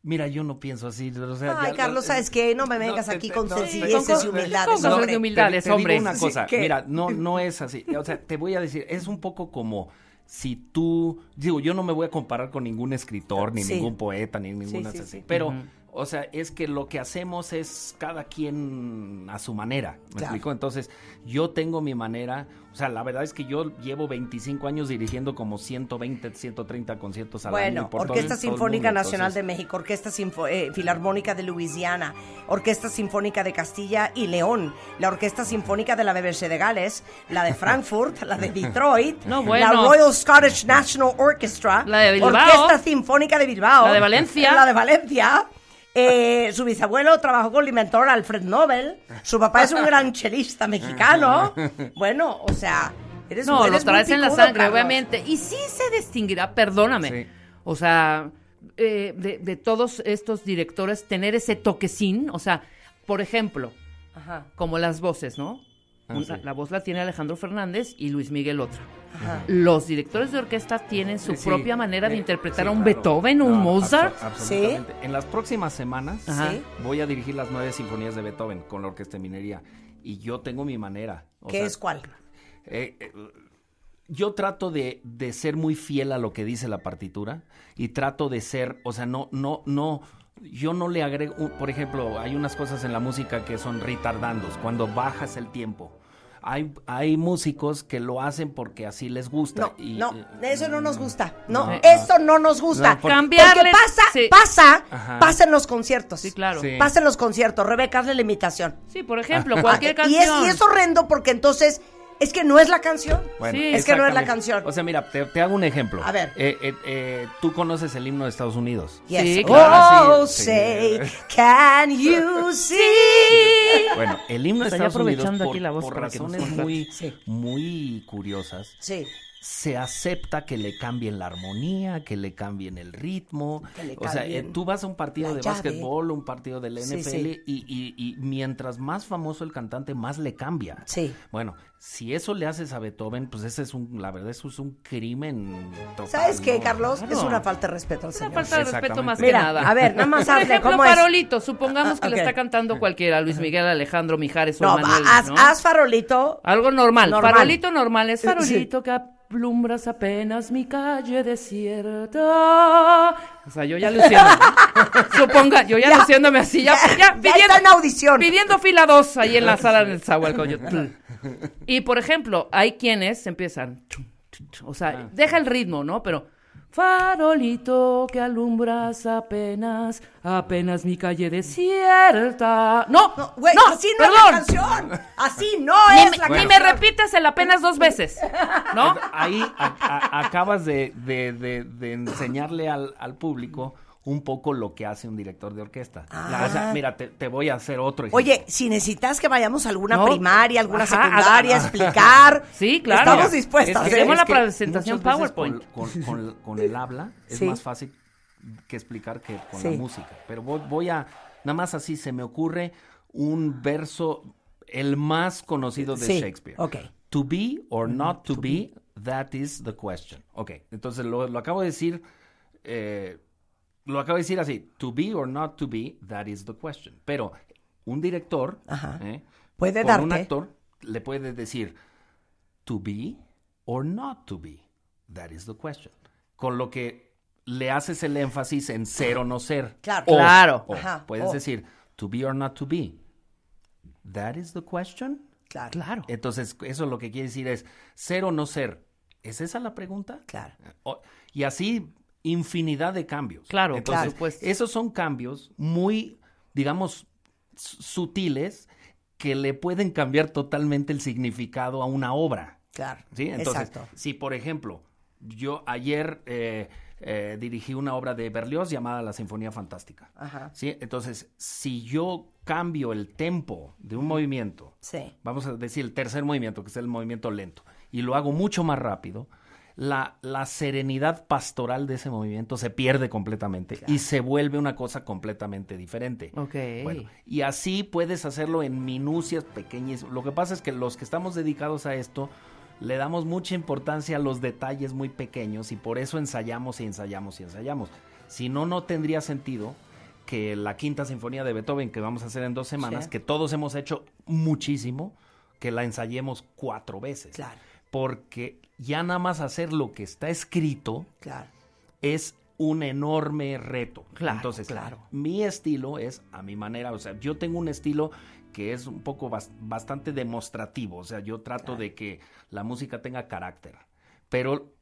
F: Mira, yo no pienso así. o sea,
A: Ay,
F: ya- eh,
A: Carlos, ¿sabes qué? No me
F: No,
A: vengas
F: te-
A: aquí
F: te-
A: con
F: no,
A: sencillez
E: te-
A: y humildad.
E: con cosas de
A: hombre.
E: humildad. humildades,
F: te, te
E: hombre.
F: Digo una
A: Sí,
F: cosa,
A: ¿qué?
F: mira, no, no es así. O sea, te voy a decir, es un poco como si tú, digo, yo no me voy a comparar con ningún escritor, ni
A: Sí.
F: ningún poeta, ni ninguna
A: sí,
F: así,
A: sí.
F: pero, o sea, es que lo que hacemos es cada quien a su manera, ¿me
A: Claro.
F: explico? Entonces, yo tengo mi manera, o sea, la verdad es que yo llevo 25 años dirigiendo como 120, 130 conciertos al año.
A: Bueno,
F: por todo el-
A: Orquesta
F: todo el
A: Sinfónica
F: mundo,
A: Nacional
F: entonces-
A: de México, Orquesta Sinfo- eh, Filarmónica de Luisiana, Orquesta Sinfónica de Castilla y León, la Orquesta Sinfónica de la BBC de Gales, la de Frankfurt, la de Detroit,
E: No, bueno.
A: la Royal Scottish National Orchestra,
E: La de Bilbao.
A: Orquesta Sinfónica de Bilbao,
E: La de Valencia.
A: la de Valencia. Eh, su bisabuelo trabajó con el inventor Alfred Nobel. Su papá es un gran chelista mexicano. Bueno, o sea, eres
E: No,
A: eres
E: lo
A: muy
E: traes en la
A: picudo,
E: sangre,
A: Carlos.
E: obviamente. Y sí se distinguirá, perdóname.
F: Sí.
E: O sea, eh, de, de todos estos directores, tener ese toquecín. O sea, por ejemplo,
A: Ajá,
E: como las voces, ¿no?
F: Ah,
E: Una-
F: sí.
E: La voz la tiene Alejandro Fernández y Luis Miguel otra.
A: ajá.
E: Los directores de orquesta tienen su
F: Sí,
E: propia manera de
F: eh,
E: interpretar
F: sí,
E: a un
F: claro.
E: Beethoven, un
F: No,
E: Mozart.
F: abso- absolutamente. En las próximas semanas
E: Ajá.
A: Sí.
F: voy a dirigir las nueve sinfonías de Beethoven con la Orquesta de Minería. Y yo tengo mi manera. O
A: ¿Qué
F: sea,
A: es cuál?
F: eh, eh, yo trato de, de ser muy fiel a lo que dice la partitura y trato de ser, o sea, no, no, no, yo no le agrego, un- por ejemplo, hay unas cosas en la música que son retardandos, cuando bajas el tiempo. Hay, hay músicos que lo hacen porque así les gusta.
A: No,
F: y- eh,
A: no, eso no nos gusta. No,
F: No.
A: eso no nos gusta.
F: No, porque-
A: Porque
E: Cambiarle-
A: pasa,
E: sí.
A: pasa,
F: Ajá.
A: pasa en los conciertos.
E: Sí, claro.
F: Sí.
A: Pasa en los conciertos. Rebeca, hazle la imitación.
E: Sí, por ejemplo, cualquier
A: Ah, y,
E: canción.
A: es, y es horrendo porque entonces es que no es la canción.
E: Sí.
A: Es que no es la
F: exactamente.
A: canción.
F: O sea, mira, te, te hago un ejemplo.
A: A ver.
F: Eh, eh, eh, Tú conoces el himno de Estados Unidos.
A: Yes.
F: Ah,
E: Sí, claro,
A: Oh,
F: sí, sí.
A: say, can you see
F: Bueno, el himno de
H: Estoy
F: Estados Unidos,
H: aprovechando
F: por,
H: aquí la voz
F: por
H: para que nos
F: razones
H: contrate.
F: muy,
A: Sí.
F: muy curiosas,
A: Sí.
F: se acepta que le cambien la armonía, que le cambien el ritmo.
A: Que le
F: O sea, eh,
A: cambien
F: tú vas a un partido
A: la
F: de
A: llave.
F: básquetbol, un partido del
A: Sí,
F: NFL,
A: sí.
F: Y, y- y mientras más famoso el cantante, más le cambia.
A: Sí.
F: Bueno, si eso le haces a Beethoven, pues ese es un, la verdad, eso es un crimen total,
A: ¿Sabes qué,
F: ¿no?
A: Carlos?
F: Claro.
A: Es una falta de respeto al
E: Una
A: señor.
E: falta de respeto
F: Exactamente.
E: más
A: Mira,
E: que nada.
A: a ver, nada más
E: Por
A: hazle,
E: ejemplo,
A: ¿cómo es?
E: Farolito, supongamos
A: Ah,
E: que
A: ok.
E: le está cantando cualquiera, Luis Miguel, Alejandro Mijares o
A: No,
E: Manuel,
A: haz,
E: ¿no?
A: haz farolito.
E: Algo normal.
A: Normal. Eh,
E: Farolito normal es
A: Sí.
E: farolito que alumbras apenas mi calle desierta. O sea, yo ya luciendo. Suponga, yo ya, luciéndome así, ya, ya,
A: Ya
E: pidiendo,
A: está en audición.
E: pidiendo fila dos ahí en la sala del Zahualcoyotl. Y por ejemplo, hay quienes empiezan. chum, chum, chum. O sea,
A: Ah.
E: deja el ritmo, ¿no? Pero. Farolito que alumbras apenas, apenas mi calle desierta. No,
A: No, güey,
E: no,
A: así no
E: perdón
A: es la canción. Así no
E: ni,
A: es
E: me-
A: la
E: ni
A: canción.
E: me repites el apenas dos veces, ¿no?
F: Ahí a- a- acabas de, de- de- de enseñarle al, al público un poco lo que hace un director de orquesta. La- o sea, mira, te, te voy a hacer otro ejemplo.
A: Oye, si necesitas que vayamos a alguna
E: No.
A: primaria, alguna
E: Ajá,
A: secundaria,
E: a-
A: explicar.
E: Sí, claro.
A: Estamos
E: Mira,
A: dispuestas.
E: es que
A: ¿eh?
E: Hacemos la
F: que
E: presentación
F: muchas veces
E: PowerPoint.
F: Con, con- con- con el habla es
A: Sí.
F: más fácil que explicar que con la
A: Sí.
F: música. Pero voy, voy a, nada más así se me ocurre un verso, el más conocido de
A: Sí,
F: Shakespeare.
A: ok.
F: To be or not to, be, that is the question. Ok, entonces lo, lo acabo de decir, eh, lo acabo de decir así, to be or not to be, that is the question. Pero un director
A: Ajá.
F: ¿eh?
A: Puede
F: con un
A: darte.
F: actor le puede decir, to be or not to be. That is the question. Con lo que le haces el énfasis en ser o no ser.
A: Claro.
F: O-
E: Claro.
F: o
A: Ajá,
F: puedes
A: o.
F: decir, to be or not to be. That is the question.
A: Claro. Eh,
E: Claro.
F: Entonces, eso lo que quiere decir es ser o no ser. ¿Es esa la pregunta?
A: Claro.
F: O- y así infinidad de cambios.
E: Claro, por
F: Entonces,
E: supuesto.
F: Esos son cambios muy, digamos, s- sutiles que le pueden cambiar totalmente el significado a una obra.
A: Claro.
F: ¿sí? Entonces,
A: Exacto.
F: si por ejemplo, yo ayer eh, eh, dirigí una obra de Berlioz llamada La Sinfonía Fantástica.
A: Ajá.
F: ¿sí? Entonces, si yo cambio el tempo de un movimiento
A: Sí.
F: vamos a decir, el tercer movimiento, que es el movimiento lento, y lo hago mucho más rápido, la, la serenidad pastoral de ese movimiento se pierde completamente y se vuelve una cosa completamente diferente.
E: Ok.
F: Bueno, y así puedes hacerlo en minucias pequeñas. Lo que pasa es que los que estamos dedicados a esto le damos mucha importancia a los detalles muy pequeños y por eso ensayamos y ensayamos y ensayamos. Si no, no tendría sentido que la quinta sinfonía de Beethoven que vamos a hacer en dos semanas,
A: Sí.
F: que todos hemos hecho muchísimo, que la ensayemos cuatro veces.
A: Claro.
F: Porque ya nada más hacer lo que está escrito
A: Claro.
F: es un enorme reto.
E: Claro,
F: Entonces,
E: claro.
F: mi estilo es a mi manera, o sea, yo tengo un estilo que es un poco bas- bastante demostrativo, o sea, yo trato de que la música tenga carácter, pero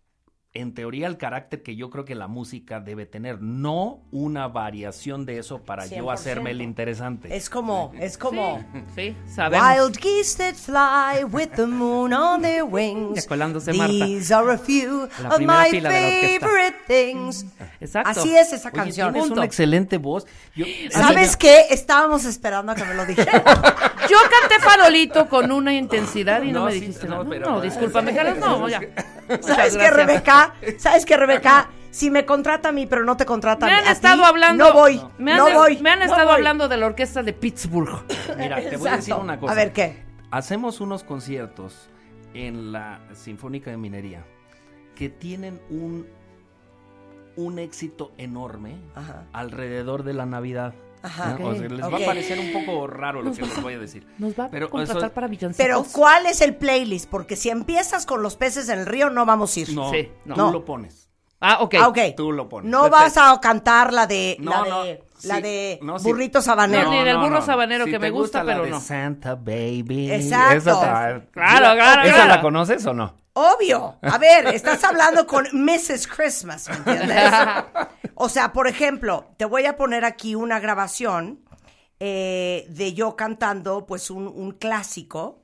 F: en teoría el carácter que yo creo que la música debe tener, no una variación de eso para yo
A: 100%.
F: hacerme el interesante.
A: Es como, es como.
E: Sí, sabemos.
A: Wild geese that fly with the moon on their wings.
E: Ya colándose, Marta.
A: These are a few
E: La
A: of
E: primera
A: my
E: fila de la orquesta.
A: favorite things.
E: Exacto.
A: Así es esa
F: Oye,
A: canción.
F: tienes
E: Punto.
F: una excelente voz. Yo-
A: ¿Sabes qué? Estábamos esperando a que me lo dijeras.
E: Yo canté farolito con una intensidad y no,
F: No,
E: me
F: sí,
E: dijiste
F: no,
E: nada. No,
F: pero-
E: no, discúlpame, Carlos, no, ya.
A: ¿Sabes
E: que
A: qué, Rebeca? ¿Sabes qué, Rebeca? Si me contrata a mí, pero no te contrata
E: Me
A: a
E: han
A: ti,
E: estado hablando.
A: No voy.
E: Me han,
A: no voy.
E: me han
A: no
E: estado
A: voy.
E: hablando de la orquesta de Pittsburgh.
F: Mira, te voy a decir
A: Exacto.
F: una cosa.
A: A ver, ¿qué?
F: Hacemos unos conciertos en la Sinfónica de Minería que tienen un, un éxito enorme
A: Ajá.
F: alrededor de la Navidad.
A: Ajá.
F: ¿no? O sea, les va
A: Ok.
F: a parecer un poco raro lo que les voy a decir.
E: Nos va a
F: Pero
E: contratar
F: eso-
E: para villancicos.
A: Pero, ¿cuál es el playlist? Porque si empiezas con los peces en el río, no vamos a ir.
F: No,
E: Sí,
F: no.
A: no.
F: tú lo pones.
E: Ah, ok.
A: Ah, ok.
F: Tú lo pones.
A: No vas a cantar la de, la
F: No,
A: de,
F: no,
A: la
F: sí,
A: de
F: no, sí.
A: burrito sabanero.
E: No, ni del burro
F: Si
E: sabanero que
F: te
E: me gusta,
F: la
E: pero
F: de
E: no.
F: Santa Baby.
A: Exacto.
F: Esa te-
E: Claro, claro,
F: ¿Esa
E: claro.
F: la conoces o no?
A: Obvio. A ver, estás hablando con Mrs. Christmas, ¿me entiendes? O sea, por ejemplo, te voy a poner aquí una grabación eh, de yo cantando, pues, un, un clásico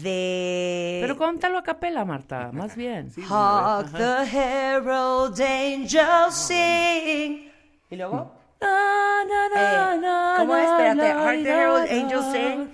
A: de...
E: Pero cántalo a capela, Marta, más bien. Ah,
A: Hark the herald angels sing. ¿Y luego?
E: Na, na, na,
I: Eh,
E: na,
I: ¿Cómo es?
E: na,
I: Espérate.
E: na,
I: Heart
E: na,
I: Herald
E: na.
I: Angels Sing.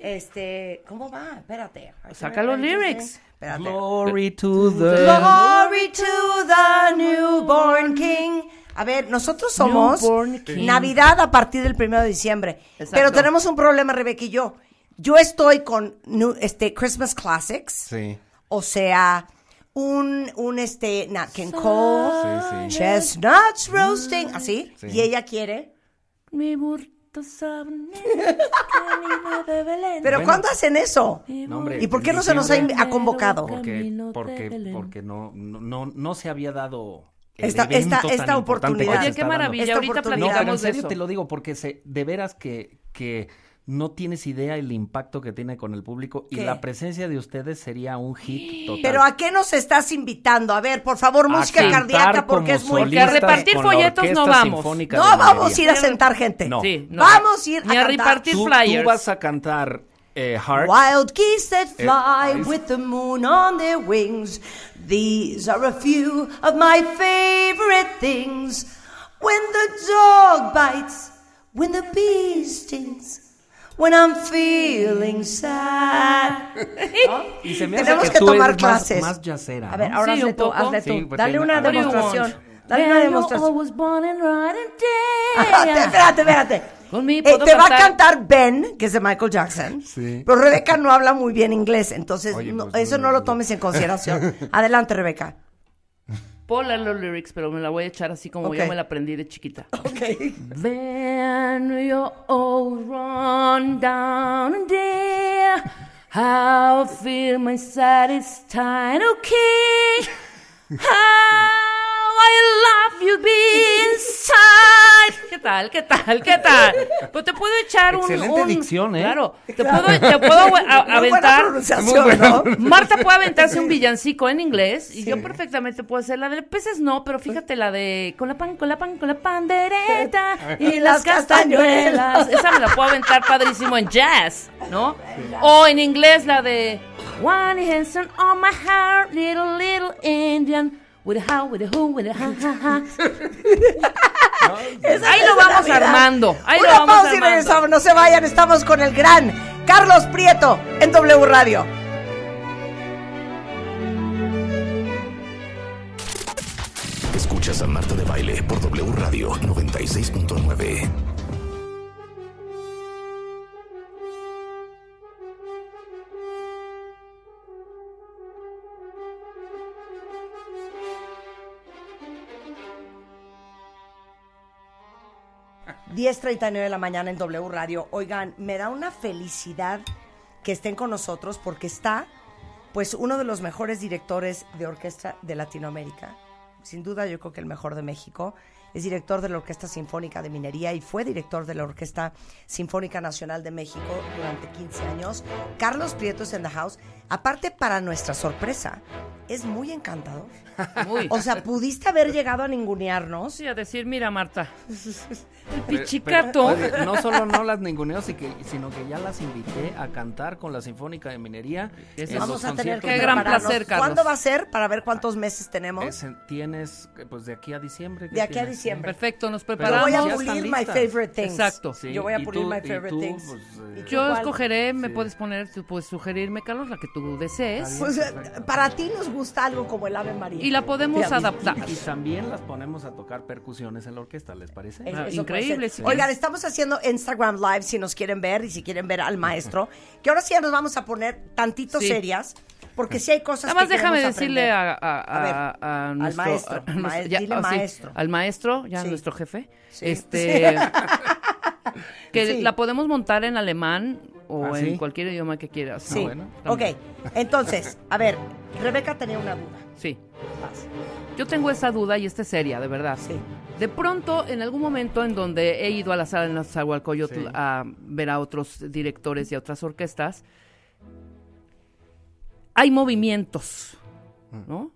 I: Este, ¿cómo va? Espérate. Heart
E: Saca
I: Herald
E: los
I: Angels
E: lyrics.
I: Sing. Espérate.
F: Eh, Glory to the...
A: Glory to the newborn king. A ver, nosotros somos
E: Newborn king.
A: Navidad a partir del primero de diciembre.
E: Exacto.
A: Pero tenemos un problema, Rebeca y yo. Yo estoy con nu- este Christmas Classics.
F: Sí.
A: O sea, un, un este Nat King Cole,
F: Sí, sí.
A: chestnuts roasting, así.
F: Sí.
A: Y ella quiere.
E: Mi burto sabanero, camino de Belén.
A: Pero
F: Bueno.
A: ¿cuándo hacen eso?
E: Mi
F: No, hombre,
A: ¿Y por qué
F: en
A: no se nos ha,
F: diciembre-
A: inv- ha convocado?
E: Porque-
F: Porque,
E: Camino de
F: porque,
E: Belén.
F: porque no, no, no, no se había dado el
A: Esta-
F: evento
A: esta-
F: tan
A: esta
F: importante
A: oportunidad.
F: que se
E: Oye,
F: está
E: qué
F: dando.
E: maravilla.
A: Esta
E: Ahorita
A: oportunidad.
F: No, pero en
E: platicamos de
F: serio
E: eso.
F: te lo digo porque se, de veras que, que no tienes idea el impacto que tiene con el público y
A: ¿Qué?
F: la presencia de ustedes sería un hit total.
A: Pero ¿a qué nos estás invitando? A ver, por favor, música
F: cantar
A: cardíaca porque
F: como
A: es muy...
F: solistas
E: Porque a repartir
F: con la
E: folletos no
F: Orquesta
E: vamos.
F: Sinfónica
A: No
F: de Madrid.
A: vamos a ir a sentar gente.
F: No.
E: Sí,
A: Vamos a ir a
E: Ni a
A: cantar.
E: repartir
F: Tú,
E: flyers.
F: tú vas a cantar eh, Heart.
A: Wild geese that fly
F: Eh, ahí-
A: with the moon on their wings. These are a few of my favorite things. When the dog bites, when the bee stings, when I'm feeling sad.
F: Y se me
A: Tenemos
F: hace
A: que
F: tú
A: tomar
F: eres más-
A: clases.
F: Más, yacera.
A: A ver,
F: ¿no?
A: ahora
E: Sí,
A: hazle
E: un
A: tú,
E: poco.
A: hazle
F: Sí,
A: tú.
F: pues,
A: Dale
F: sí,
A: una
F: what do you
A: demostración.
F: want?
A: Dale una
E: Well, I
A: demostración.
E: was born and right and
A: Espérate,
E: dead.
A: espérate, espérate.
E: Con mi
A: Eh,
E: puedo
A: te va a
E: cantar.
A: cantar Ben, que es de Michael Jackson. Pero Rebeca no habla muy bien inglés, entonces no- eso no lo tomes en consideración. Adelante, Rebeca.
E: Pola los lyrics, pero me la voy a echar así como
A: Ok.
E: yo me la aprendí de chiquita. Then you all run down there. How I feel my side is tight, okay. How I love you being inside. ¿Qué tal? ¿Qué tal? ¿Qué tal? Pues te puedo echar un.
F: Excelente
E: un-
F: dicción, ¿eh?
E: Claro. Te puedo, te puedo a-
A: Muy buena
E: aventar.
A: pronunciación, ¿no?
E: Marta puede aventarse un villancico en inglés y yo perfectamente puedo hacer la de peces no, pero
A: Pues
E: fíjate la de con la pan, con la pan, con la pandereta y las castañuelas. Esa me la puedo aventar padrísimo en jazz, ¿no? O en inglés la de One Hanson on my heart, little little Indian. With a how, with a who, with a ha, ha, ha.
A: Esa
E: Ahí
A: es
E: lo
A: la
E: vamos
A: Navidad.
E: armando, ahí
A: Una
E: lo vamos
A: pausa y
E: armando.
A: regresamos. No se vayan, estamos con el gran Carlos Prieto en W Radio.
C: Escuchas a Marta de Baile por W Radio 96.9.
A: nueve de la mañana en W Radio. Oigan, me da una felicidad que estén con nosotros porque está, pues, uno de los mejores directores de orquesta de Latinoamérica. Sin duda, yo creo que el mejor de México. Es director de la Orquesta Sinfónica de Minería y fue director de la Orquesta Sinfónica Nacional de México durante 15 años. Carlos Prieto es en the house. Aparte, para nuestra sorpresa, es muy encantador.
E: Muy.
A: O sea, pudiste haber llegado a ningunearnos.
E: Sí, a decir, mira Marta, el
F: Pero-
E: pichicato.
F: pero, oye, no solo no las ninguneo, si que- sino que ya las invité a cantar con la Sinfónica de Minería.
E: Eso
F: en
A: Vamos
F: los
A: a tener
F: conciertos
A: que
E: Qué
F: de
E: gran
A: prepararnos.
E: placer, Carlos.
A: ¿Cuándo va a ser? Para ver cuántos meses tenemos.
F: Es en- tienes, eh, pues de aquí a diciembre. ¿qué
A: De aquí a
F: tienes?
A: diciembre.
E: Perfecto, nos
A: Yo voy a
E: preparamos.
F: Ya están
A: pulir my
F: listas.
A: favorite things.
E: Exacto.
F: Sí,
A: Yo voy a
F: y
A: pulir
F: tú-
A: my
F: y
A: favorite
F: tú,
A: things.
F: pues, eh,
A: ¿Y tú
E: Yo
A: cuál?
E: escogeré, me
F: Sí.
E: puedes poner, tú puedes sugerirme, Carlos, la que tú desees.
A: Pues, eh, para ti nos gusta algo como el Ave María.
E: Y la podemos
A: Fíjate.
E: adaptar.
F: Y también las ponemos a tocar percusiones en la orquesta, ¿les parece?
A: Es-
E: Ah,
A: eso puede
E: increíble,
A: ser.
E: sí.
A: Oigan, estamos haciendo Instagram Live si nos quieren ver y si quieren ver al maestro. Que ahora sí ya nos vamos a poner tantito
E: Sí.
A: serias. Porque sí hay cosas
E: Nada más
A: que
E: déjame
A: queremos
E: decirle
A: aprender.
E: a, a-
A: A ver,
E: a- a
A: al
E: nuestro,
A: maestro,
E: a nuestro-
A: maes- dile
E: oh, sí,
A: maestro.
E: al maestro, ya
A: Sí.
E: nuestro jefe,
A: Sí.
E: este, que
A: Sí.
E: la podemos montar en alemán o
F: ¿Ah,
E: en
F: sí?
E: cualquier idioma que quieras.
A: Sí.
F: bueno,
A: ok, entonces, a ver, Rebeca tenía una duda.
E: Sí.
A: Vas.
E: Yo tengo esa duda y esta es seria, de verdad.
A: Sí.
E: De pronto, en algún momento en donde he ido a la sala en Zahualcoyotl
F: Sí.
E: a ver a otros directores y a otras orquestas, hay movimientos,
F: Mm.
E: ¿no?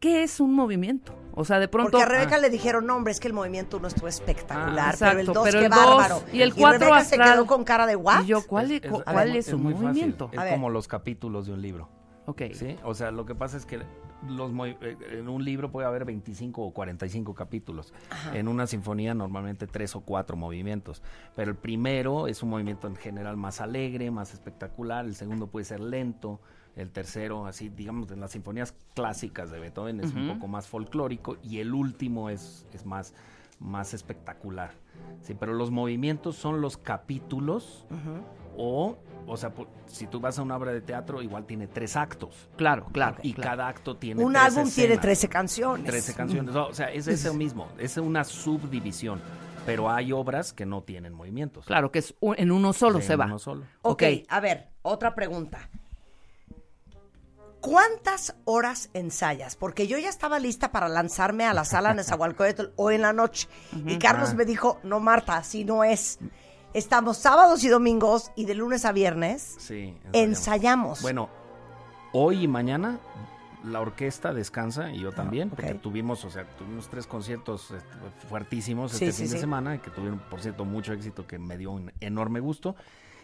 E: ¿Qué es un movimiento? O sea, de pronto...
A: Porque a Rebeca le dijeron, no, hombre, es que el movimiento uno estuvo espectacular,
E: Ah, exacto,
A: pero el 2,
E: pero
A: qué
E: el dos
A: bárbaro.
E: y el cuatro
A: Rebeca se
E: astral.
A: quedó con cara de what?
E: ah, Y yo, ¿cuál es, cuál
A: ver,
E: es, un
F: muy fácil.
E: movimiento?
A: A
F: Es
A: ver.
F: como los capítulos de un libro.
E: Ok.
F: ¿sí? O sea, lo que pasa es que los movi- eh, en un libro puede haber 25 o 45 capítulos. En una sinfonía normalmente tres o cuatro movimientos. Pero el primero es un movimiento en general más alegre, más espectacular. El segundo puede ser lento. El tercero, así, digamos, en las sinfonías clásicas de Beethoven es un poco más folclórico. Y el último es, es más, más espectacular. Sí, pero los movimientos son los capítulos o, o sea, po- si tú vas a una obra de teatro, igual tiene tres actos.
E: Claro, claro.
F: Y
E: claro.
F: cada acto tiene
A: Un
F: tres
A: álbum tiene
F: escenas,
A: 13 canciones.
F: 13 canciones. No, o sea, es eso mismo, es una subdivisión. Pero hay obras que no tienen movimientos.
E: Claro, que es un- en uno solo
F: En
E: se va.
F: uno solo.
I: Ok,
E: Ok.
I: a ver, otra pregunta.
A: ¿Cuántas horas ensayas? Porque yo ya estaba lista para lanzarme a la sala Nezahualcóyotl hoy en la noche. Y
E: Ah.
A: Carlos me dijo, no, Marta, así no es. Estamos sábados y domingos y de lunes a viernes
F: Sí. ensayamos.
A: ensayamos.
F: Bueno, hoy y mañana la orquesta descansa y yo también, porque
A: Ah, ok.
F: tuvimos, o sea, tuvimos tres conciertos este, fuertísimos
A: Sí,
F: este
A: sí,
F: fin
A: sí.
F: de semana, que tuvieron, por cierto, mucho éxito, que me dio un enorme gusto.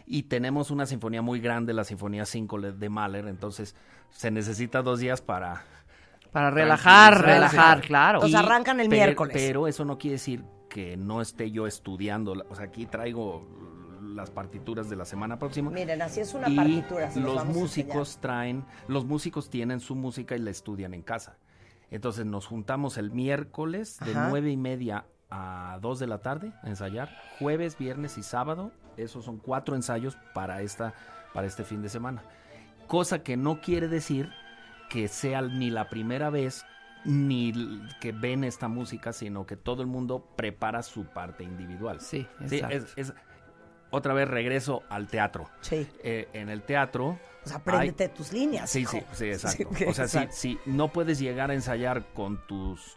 F: Y tenemos una sinfonía muy grande, la Sinfonía 5 le- de Mahler, entonces se necesita dos días para...
E: Para relajar,
F: tranquilizarse.
E: relajar, claro.
A: O sea, arrancan el
F: per-
A: miércoles.
F: Pero eso no quiere decir que no esté yo estudiando, la- o sea, aquí traigo las partituras de la semana próxima
A: Miren, así es una
F: y
A: partitura. se
F: los
A: vamos a
F: músicos traen, los músicos tienen su música y la estudian en casa. Entonces nos juntamos el miércoles de
A: Ajá.
F: nueve y media a dos de la tarde a ensayar, jueves, viernes y sábado. Esos son cuatro ensayos para esta, para este fin de semana. Cosa que no quiere decir que sea ni la primera vez ni l- que ven esta música, sino que todo el mundo prepara su parte individual.
E: Sí,
F: Sí,
E: exacto.
F: es- es- otra vez regreso al teatro
A: enseñar. Sí,
F: eh, en el teatro.
A: o sea, préndete tus líneas.
F: Sí,
A: hijo.
F: sí, sí, exacto.
A: Sí,
F: o sea, si,
A: exacto.
F: si no puedes llegar a ensayar con tus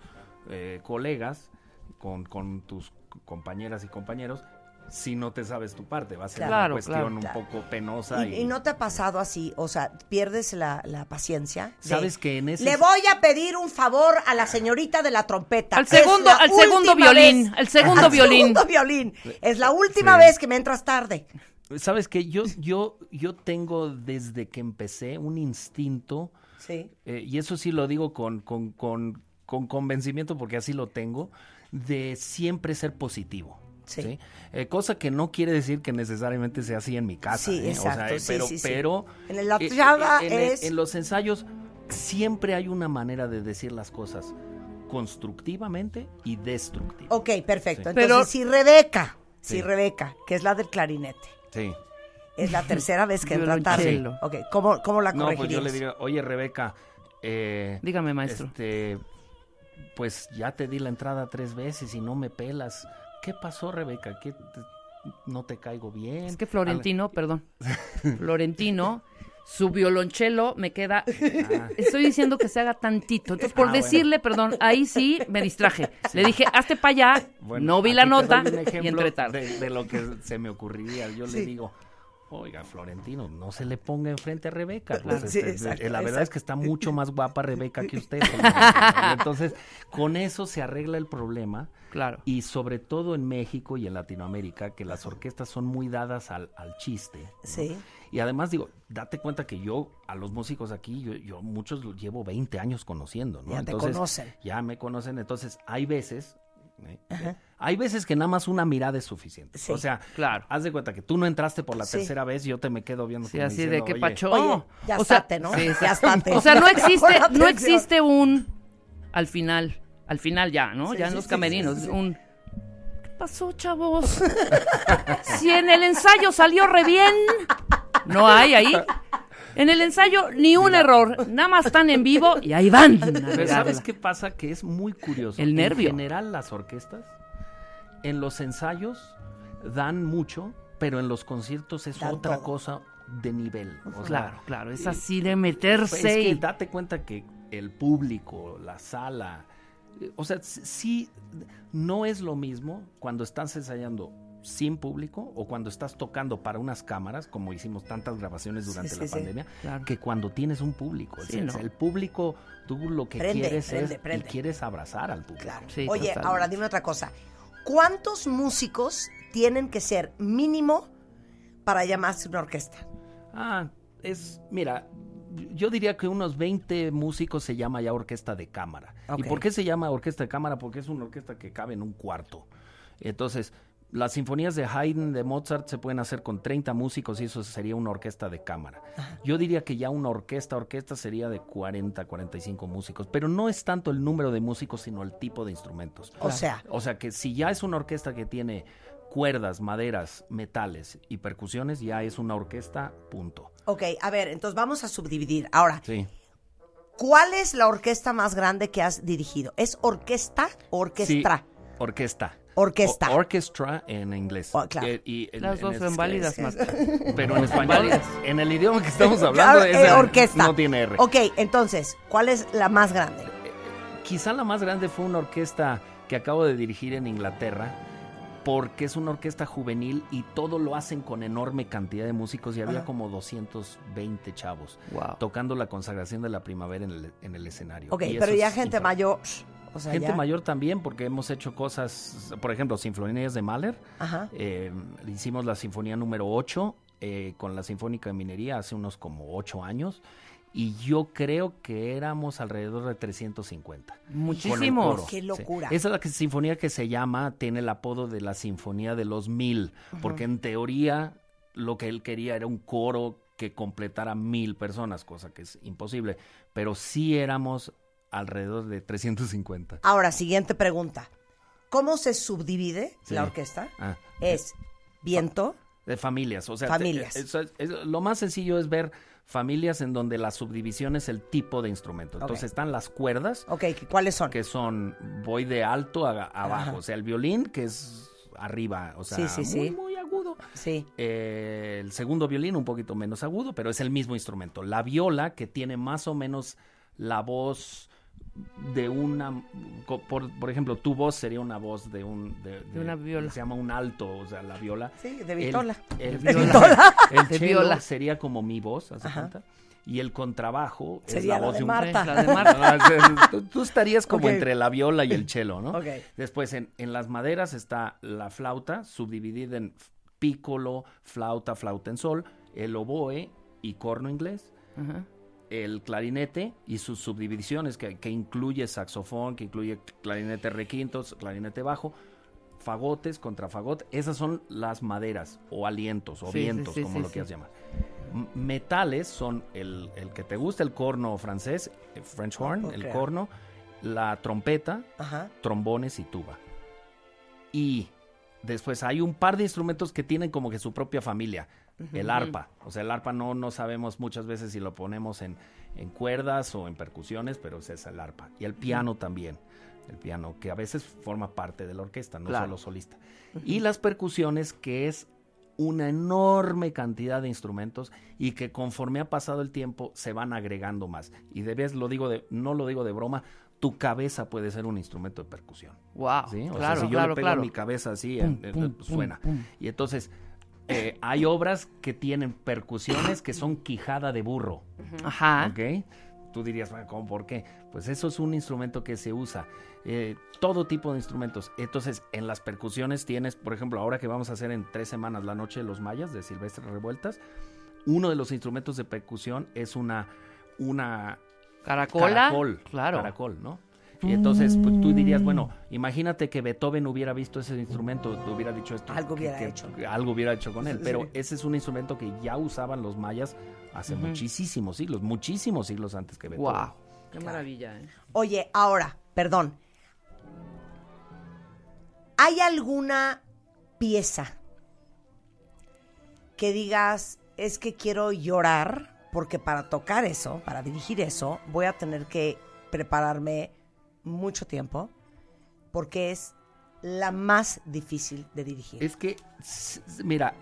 F: eh, colegas, con, con tus compañeras y compañeros, si no te sabes tu parte, va a ser
E: Claro,
F: una cuestión
A: claro.
F: un poco penosa.
A: ¿Y,
F: Y,
A: y no te ha pasado así? O sea, pierdes la, la paciencia. de,
F: Sabes que en ese
A: Le voy a pedir un favor a la señorita de la trompeta.
E: Al
A: Es
E: segundo-
A: la
E: al segundo
A: última
E: violín,
A: vez-
E: al segundo
A: al
E: violín.
A: segundo violín. Es la última
F: Sí.
A: vez que me entras tarde.
F: sabes que yo, yo, yo tengo desde que empecé un instinto
A: Sí.
F: Eh, y eso sí lo digo con, con, con- con convencimiento porque así lo tengo, de siempre ser positivo.
A: Sí.
F: ¿sí? Eh, cosa que no quiere decir que necesariamente sea así en mi casa.
A: Sí,
F: ¿eh? O sea,
A: exacto,
F: eh,
A: sí,
F: pero,
A: sí, sí.
F: pero,
A: En el Atllada
F: Eh, en el-
A: es-
F: en los ensayos siempre hay una manera de decir las cosas constructivamente y destructiva.
A: Ok, perfecto.
F: Sí.
A: Entonces,
E: Pero-
A: si Rebeca, si
F: Sí.
A: Rebeca, que es la del clarinete,
F: Sí.
A: es la tercera vez que entra tarde.
E: Violonchelo.
A: Ok, ¿cómo, cómo la
F: No, pues yo
A: corregirías?
F: le diría, oye Rebeca, eh,
E: Dígame, maestro.
F: Este, pues ya te di la entrada tres veces y no me pelas. ¿Qué pasó, Rebeca? ¿Qué te- no te caigo bien?
E: Es que Florentino, perdón. Florentino, su violonchelo me queda. Estoy diciendo que se haga tantito. Entonces, por
F: Ah, bueno.
E: decirle, perdón, ahí sí me distraje. Le dije, hazte para allá.
F: Bueno,
E: no vi
F: aquí
E: la
F: te
E: nota
F: doy un
E: y
F: ejemplo
E: entré tarde.
F: De, de lo que se me ocurriría. Yo
A: Sí.
F: le digo, oiga, Florentino, no se le ponga enfrente a Rebeca.
A: Claro,
F: pues,
A: sí,
F: este,
A: exacto,
F: la verdad es que está mucho más guapa Rebeca que usted. Florentino". Entonces, con eso se arregla el problema.
E: Claro.
F: Y sobre todo en México y en Latinoamérica, que las orquestas son muy dadas al, al chiste. ¿no?
A: Sí.
F: Y además digo, date cuenta que yo a los músicos aquí, yo, yo muchos los llevo 20 años conociendo, ¿no?
A: Ya te conocen.
F: Ya me conocen, entonces hay veces, ¿eh? hay veces que nada más una mirada es suficiente.
A: Sí.
F: O sea,
E: Claro.
F: haz de cuenta que tú no entraste por la
A: Sí.
F: tercera vez y yo te me quedo viendo.
E: Sí,
F: como
E: así de
F: diciendo,
E: que
F: "Oye,
E: pacho.
A: Oye, ya
E: o sea,
A: estate, ¿no?
E: sí,
A: ya estate.
E: O sea, no
A: Ya te llamó
E: existe,
A: la
E: no
A: atención.
E: existe un al final, al final ya, ¿no?
A: Sí,
E: ya
A: sí,
E: en los
A: sí,
E: camerinos,
A: sí, sí.
E: un ¿Qué pasó, chavos? si en el ensayo salió re bien, no hay ahí. En el ensayo ni un error, nada más están en vivo y ahí van. a
F: Pero ¿sabes
E: regarla.
F: qué pasa? Que es muy curioso.
E: El nervio.
F: En general, las orquestas, en los ensayos, dan mucho, pero en los conciertos es
A: Dan
F: otra
A: todo.
F: cosa de nivel. O sea,
E: Claro, claro, es
F: eh,
E: así de
F: Pues Es
E: meterse
F: que
E: y
F: date cuenta que el público, la sala, eh, o sea, s- sí, no es lo mismo cuando estás ensayando sin público o cuando estás tocando para unas cámaras, como hicimos tantas grabaciones durante
A: sí,
F: la
A: sí.
F: pandemia,
E: Claro.
F: que cuando tienes un público.
E: Sí,
F: o sea,
E: ¿no?
F: El público, tú lo que
A: Prende,
F: quieres
A: prende,
F: es
A: prende.
F: y quieres abrazar al público.
A: Claro.
E: Sí,
A: Oye,
E: totalmente.
A: ahora dime otra cosa. ¿Cuántos músicos tienen que ser mínimo para llamarse una orquesta?
F: Ah, es, mira, yo diría que unos 20 músicos se llama ya orquesta de cámara.
A: Ok.
F: ¿Y por qué se llama orquesta de cámara? Porque es una orquesta que cabe en un cuarto. Entonces, las sinfonías de Haydn, de Mozart, se pueden hacer con 30 músicos y eso sería una orquesta de cámara. Yo diría que ya una orquesta, orquesta sería de 40, 45 músicos, pero no es tanto el número de músicos, sino el tipo de instrumentos.
A: O sea,
F: O sea que si ya es una orquesta que tiene cuerdas, maderas, metales y percusiones, ya es una orquesta, punto.
A: ok, a ver, entonces vamos a subdividir. Ahora,
F: Sí.
A: ¿cuál es la orquesta más grande que has dirigido? ¿Es orquesta o orquestra?
F: Sí, orquesta.
A: Orquesta.
F: O- orchestra en inglés.
A: Oh, claro.
F: Eh, y en-
E: Las
F: en
E: dos
F: este-
E: son válidas, Marta.
F: Pero en español,
E: válidas.
F: en el idioma que estamos hablando,
A: Claro,
F: es
A: eh, orquesta.
F: no tiene R.
A: Ok, entonces, ¿cuál es la más grande?
F: Quizá la más grande fue una orquesta que acabo de dirigir en Inglaterra, porque es una orquesta juvenil y todo lo hacen con enorme cantidad de músicos y había como 220 chavos
E: Wow.
F: tocando la consagración de la primavera en el, en el escenario.
A: Ok,
F: Y eso
A: pero ya
F: es
A: gente
F: impactante.
A: mayor. O sea,
F: Gente
A: ya-
F: mayor también, porque hemos hecho cosas, por ejemplo, sinfonías de Mahler.
A: Ajá.
F: Eh, hicimos la sinfonía número 8 eh, con la Sinfónica de Minería hace unos como 8 años. Y yo creo que éramos alrededor de 350.
E: Muchísimos.
F: Con el coro,
A: Qué
F: sí.
A: locura.
F: Esa es la que- sinfonía que se llama, tiene el apodo de la Sinfonía de los Mil, porque en teoría lo que él quería era un coro que completara mil personas, cosa que es imposible. Pero sí éramos alrededor de 350.
A: Ahora, siguiente pregunta. ¿Cómo se subdivide
F: Sí.
A: la orquesta?
F: Ah.
A: Es viento.
F: De familias, o sea, te-
A: Familias.
F: es- es- es- lo más sencillo es ver familias en donde la subdivisión es el tipo de instrumento. Entonces
A: Ok.
F: están las cuerdas,
A: Ok, ¿qué- ¿cuáles son?
F: que son, voy de alto a, a abajo, o sea, el violín, que es arriba, o sea,
A: Sí, sí,
F: muy,
A: sí.
F: muy agudo.
A: Sí.
F: Eh, el segundo violín un poquito menos agudo, pero es el mismo instrumento. La viola, que tiene más o menos la voz de una, co- por, por ejemplo, tu voz sería una voz de un... De,
E: una viola.
F: Se llama un alto, o sea, la viola.
A: Sí, de
F: El-
A: vitola.
F: El,
E: De
F: viola-
E: vitola.
F: el
E: De
F: cello
E: viola.
F: sería como mi voz, ¿hace
A: Ajá.
F: cuenta? Y el contrabajo es
A: Sería
F: la
A: la
F: voz
A: de
F: de un...
A: Marta.
E: La de Marta.
A: Ah,
F: tú, tú estarías como
A: Ok.
F: entre la viola y el cello, ¿no?
A: Ok.
F: Después en, en las maderas está la flauta, subdividida en f- pícolo, flauta, flauta en sol, el oboe y corno inglés,
E: Ajá.
F: el clarinete y sus subdivisiones que, que incluye saxofón, que incluye clarinete requintos, clarinete bajo, fagotes, contrafagot, esas son las maderas o alientos o
E: Sí, sí,
F: vientos,
E: sí,
F: como
E: sí,
F: lo
E: sí.
F: quieras llamar. M- Metales son el, el que te gusta, el corno francés, el French horn,
A: puedo
F: el
A: creer.
F: corno, la trompeta,
A: Ajá.
F: trombones y tuba. Y después hay un par de instrumentos que tienen como que su propia familia. El arpa. O sea, el arpa no, no sabemos muchas veces si lo ponemos en, en cuerdas o en percusiones, pero ese es el arpa. Y el piano también. El piano, que a veces forma parte de la orquesta, no
J: Claro.
F: solo solista. Y las percusiones, que es una enorme cantidad de instrumentos y que conforme ha pasado el tiempo se van agregando más. Y debes, lo digo de, no lo digo de broma, tu cabeza puede ser un instrumento de percusión.
E: Wow.
F: ¿sí?
E: Ah,
F: O sea,
E: claro,
F: si yo
E: claro,
F: le pego
E: claro.
F: a mi cabeza así,
E: Pum,
F: eh, eh,
E: pum, pum,
F: suena.
E: pum.
F: Y entonces, eh, hay obras que tienen percusiones que son quijada de burro,
E: Ajá.
F: ¿ok? Tú dirías, "Bueno, ¿cómo, ¿por qué? Pues eso es un instrumento que se usa. eh, todo tipo de instrumentos. Entonces, en las percusiones tienes, por ejemplo, ahora que vamos a hacer en tres semanas la noche de los mayas de Silvestre Revueltas, uno de los instrumentos de percusión es una, una
E: Caracola.
F: Caracol,
E: Claro.
F: Caracol, ¿no? Y entonces pues, tú dirías, bueno, imagínate que Beethoven hubiera visto ese instrumento, te hubiera dicho esto.
A: Algo
F: que-
A: hubiera
F: que-
A: hecho.
F: que Algo hubiera hecho con él. Pero ese es un instrumento que ya usaban los mayas hace muchísimos siglos, muchísimos siglos antes que Beethoven.
E: Wow. Qué maravilla, ¿eh?
A: Oye, ahora, perdón. ¿Hay alguna pieza que digas, es que quiero llorar? Porque para tocar eso, para dirigir eso, voy a tener que prepararme mucho tiempo, porque es la más difícil de dirigir.
F: Es que, s- s- mira,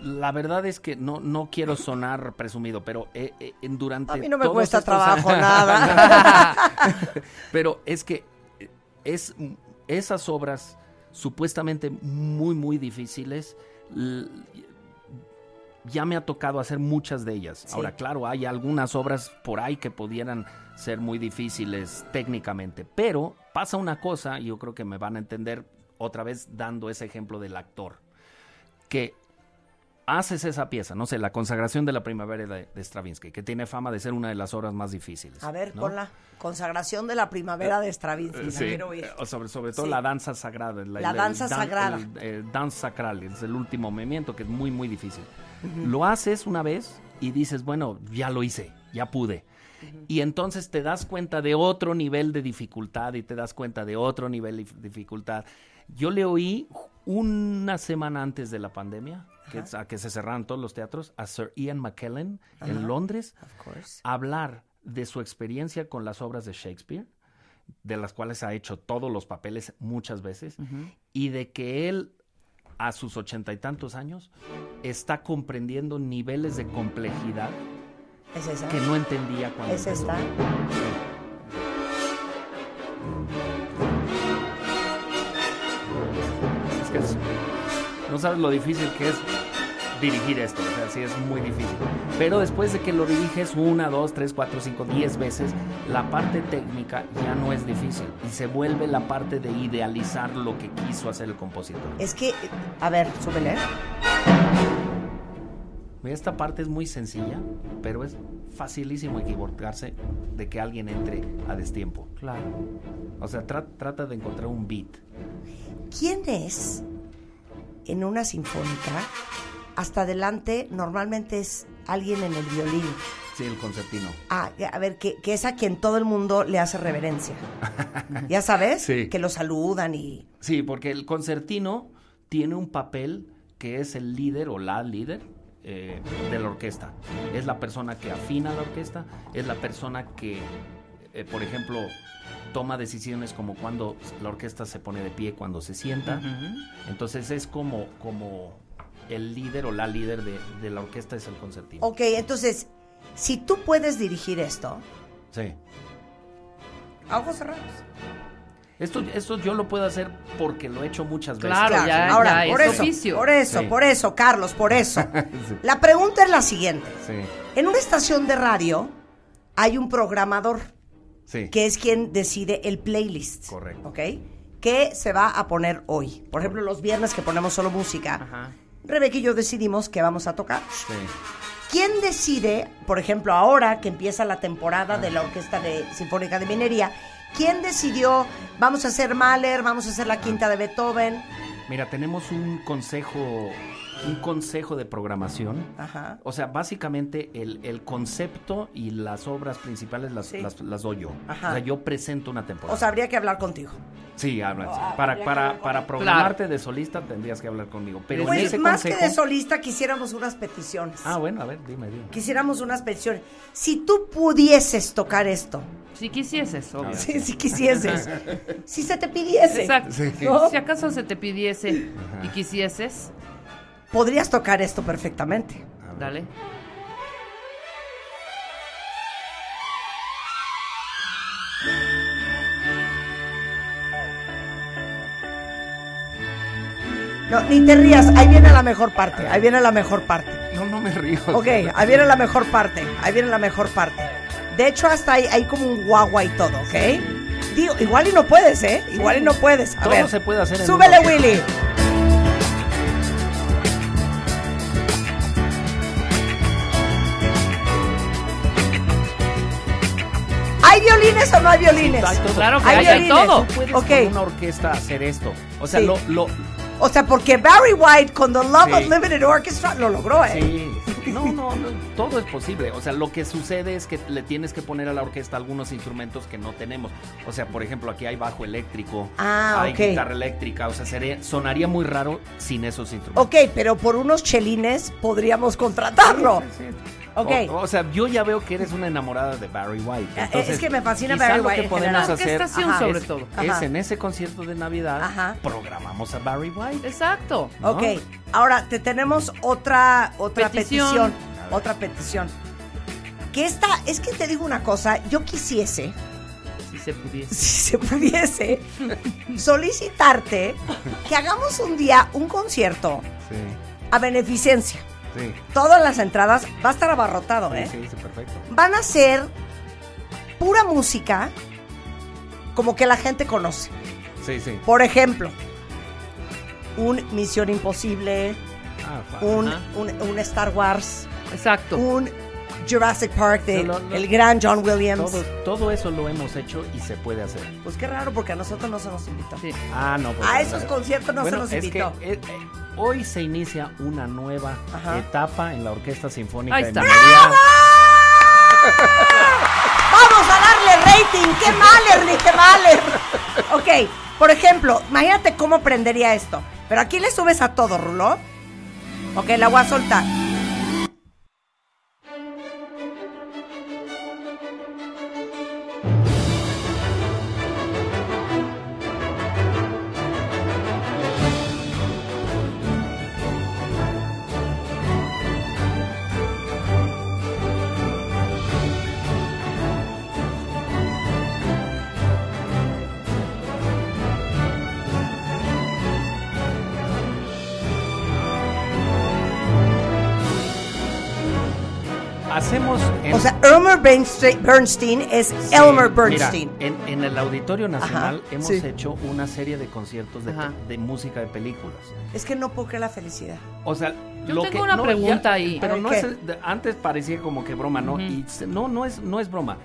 F: la verdad es que no, no quiero sonar presumido, pero eh, eh, en- durante.
A: a mí no me
F: todos
A: cuesta
F: estos
A: trabajo
F: años-
A: nada.
F: Pero es que eh, es, esas obras supuestamente muy, muy difíciles, l- ya me ha tocado hacer muchas de ellas.
A: Sí.
F: Ahora, claro, hay algunas obras por ahí que pudieran ser muy difíciles técnicamente, pero pasa una cosa, y yo creo que me van a entender otra vez dando ese ejemplo del actor, que haces esa pieza, no sé, la consagración de la primavera de, de Stravinsky, que tiene fama de ser una de las obras más difíciles.
A: A ver,
F: ¿no?
A: con la consagración de la primavera de Stravinsky.
F: Eh,
A: la
F: sí,
A: quiero oír.
F: eh, o sobre, sobre todo
A: Sí.
F: la danza sagrada.
A: La danza sagrada.
F: El, eh, dance sacral, es el último movimiento que es muy, muy difícil. Lo haces una vez y dices, bueno, ya lo hice, ya pude. Y entonces te das cuenta de otro nivel de dificultad y te das cuenta de otro nivel de dif- dificultad. Yo le oí una semana antes de la pandemia, que, es- a que se cerraron todos los teatros, a Sir Ian McKellen en Londres
A: Of course.
F: hablar de su experiencia con las obras de Shakespeare, de las cuales ha hecho todos los papeles muchas veces, y de que él, a sus ochenta y tantos años, está comprendiendo niveles de complejidad
A: Es esa.
F: que no entendía cuando
A: Es
F: empezó.
A: esta.
F: Es que es- no sabes lo difícil que es dirigir esto. O sea, sí es muy difícil. Pero después de que lo diriges una, dos, tres, cuatro, cinco, diez veces, la parte técnica ya no es difícil. Y se vuelve la parte de idealizar lo que quiso hacer el compositor.
A: Es que, eh, a ver, súbele.
F: Esta parte es muy sencilla, pero es facilísimo equivocarse de que alguien entre a destiempo.
E: Claro.
F: O sea, tra- trata de encontrar un beat.
A: ¿Quién es en una sinfónica? Hasta adelante normalmente es alguien en el violín.
F: Sí, el concertino.
A: Ah, a ver, que, que es a quien todo el mundo le hace reverencia. ¿Ya sabes?
F: Sí.
A: Que lo saludan y...
F: Sí, porque el concertino tiene un papel que es el líder o la líder eh, de la orquesta. Es la persona que afina la orquesta, es la persona que, eh, por ejemplo, toma decisiones como cuando la orquesta se pone de pie, cuando se sienta. Entonces es como, como el líder o la líder de, de la orquesta es el concertino.
A: Ok, entonces, si tú puedes dirigir esto,
F: Sí.
A: a ojos cerrados.
F: Esto, esto yo lo puedo hacer porque lo he hecho muchas veces.
E: Claro, ya- ya
A: por
E: es
A: eso,
E: oficio.
A: Por eso,
F: Sí.
A: por eso, Carlos, por eso. La pregunta es la siguiente.
F: Sí,
A: En una estación de radio hay un programador
F: sí.
A: que es quien decide el playlist.
F: Correcto.
A: ¿Ok? ¿Qué se va a poner hoy? Por ejemplo, los viernes que ponemos solo música.
E: Ajá.
A: Rebeca y yo decidimos qué vamos a tocar.
F: Sí.
A: ¿Quién decide, por ejemplo, ahora que empieza la temporada de la Orquesta de Sinfónica de Minería, quién decidió, vamos a hacer Mahler, vamos a hacer la quinta de Beethoven?
F: Mira, tenemos un consejo, un consejo de programación.
A: Ajá.
F: O sea, básicamente el, el concepto y las obras principales las,
A: Sí.
F: las, las doy yo.
A: Ajá.
F: O sea, yo presento una temporada.
A: O sea, ah, habría que hablar contigo.
F: sí, hablan. sí. Para, para, para programarte de solista tendrías que hablar conmigo. Pero en
A: Pues
F: ese
A: más
F: consejo.
A: que de solista quisiéramos unas peticiones.
F: Ah, bueno, a ver, dime, dime.
A: Quisiéramos unas peticiones. Si tú pudieses tocar esto,
E: Si quisieses, obvio.
A: si, si quisieses, si se te pidiese,
E: Exacto.
A: ¿no?
E: Si acaso se te pidiese y quisieses,
A: podrías tocar esto perfectamente.
E: dale.
A: No, ni te rías, ahí viene la mejor parte, ahí viene la mejor parte.
F: No, no me río.
A: Ok, ahí viene la mejor parte, ahí viene la mejor parte. De hecho, hasta ahí hay como un guagua y todo, ¿ok? Digo, igual y no puedes, ¿eh? Igual y no puedes. A
F: Todo
A: ver,
F: se puede hacer en
A: súbele,
F: uno.
A: Willy. ¿Hay violines o no hay violines?
F: Hay todo.
E: Claro que
A: Hay
E: hay, de
A: violines.
E: todo.
F: Tú puedes
A: Ok.
F: con una orquesta hacer esto. O sea,
A: Sí.
F: lo, lo.
A: O sea, porque Barry White con The Love
F: Sí.
A: of Limited Orchestra lo logró, ¿eh?
F: Sí. No, no, no, todo es posible. O sea, lo que sucede es que le tienes que poner a la orquesta algunos instrumentos que no tenemos. O sea, por ejemplo, aquí hay bajo eléctrico,
A: Ah,
F: hay
A: ok.
F: guitarra eléctrica. O sea, sería- sonaría muy raro sin esos instrumentos.
A: Ok, pero por unos chelines podríamos contratarlo. Ok.
F: O, o sea, yo ya veo que eres una enamorada de Barry White.
A: Eh,
F: Entonces,
A: es que me fascina
F: quizá
A: Barry
F: lo
A: White
F: que
A: en
F: podemos
A: general.
F: hacer
E: Orquestación,
F: es-
E: sobre todo.
A: Ajá.
F: es en ese concierto de Navidad
A: Ajá.
F: programamos a Barry White.
E: Exacto.
F: ¿no?
A: Ok, ahora te tenemos otra, otra petición.
E: Petición.
A: Otra petición. Que esta, es que te digo una cosa, yo quisiese,
E: Si se pudiese.
A: si se pudiese, solicitarte que hagamos un día un concierto
F: Sí,
A: a beneficencia.
F: sí,
A: Todas las entradas, va a estar abarrotado, ¿eh?
F: sí, sí, perfecto.
A: Van a ser pura música como que la gente conoce.
F: Sí, sí.
A: Por ejemplo, un Misión Imposible,
F: Ah,
A: un,
F: Ajá.
A: un- un Star Wars,
E: Exacto.
A: un Jurassic Park de
F: No, no, no.
A: el gran John Williams.
F: Todo, todo eso lo hemos hecho y se puede hacer.
A: Pues qué raro porque a nosotros no se nos invitó.
E: Sí.
F: Ah, no. pues,
A: A
F: no,
A: esos
F: no.
A: conciertos no se
F: Bueno,
A: nos
F: es
A: invitó.
F: que, eh, eh, hoy se inicia una nueva
A: Ajá.
F: etapa en la Orquesta Sinfónica
E: Ahí
F: de
E: está.
F: Minería.
A: ¡Ah! Vamos a darle rating. ¡Qué maler, ni qué maler! Ok, por ejemplo, imagínate cómo prendería esto. Pero aquí le subes a todo, Rulo. Ok, la voy a soltar.
F: Hacemos en-
A: O sea, Elmer Bernstein, Bernstein es
F: Sí,
A: Elmer
F: mira,
A: Bernstein.
F: en, en el Auditorio Nacional
A: Ajá,
F: hemos
A: sí.
F: hecho una serie de conciertos de,
E: Ajá.
F: de música de películas.
A: Es que no puedo creer la felicidad.
F: O sea,
E: Yo
F: lo
E: tengo
F: que-
E: una
F: no,
E: pregunta
F: ya-
E: ahí.
A: A
F: Pero
A: ver,
F: no
A: ¿qué?
F: es- de- antes parecía como que broma, ¿no? Y se- no, no es, no es broma.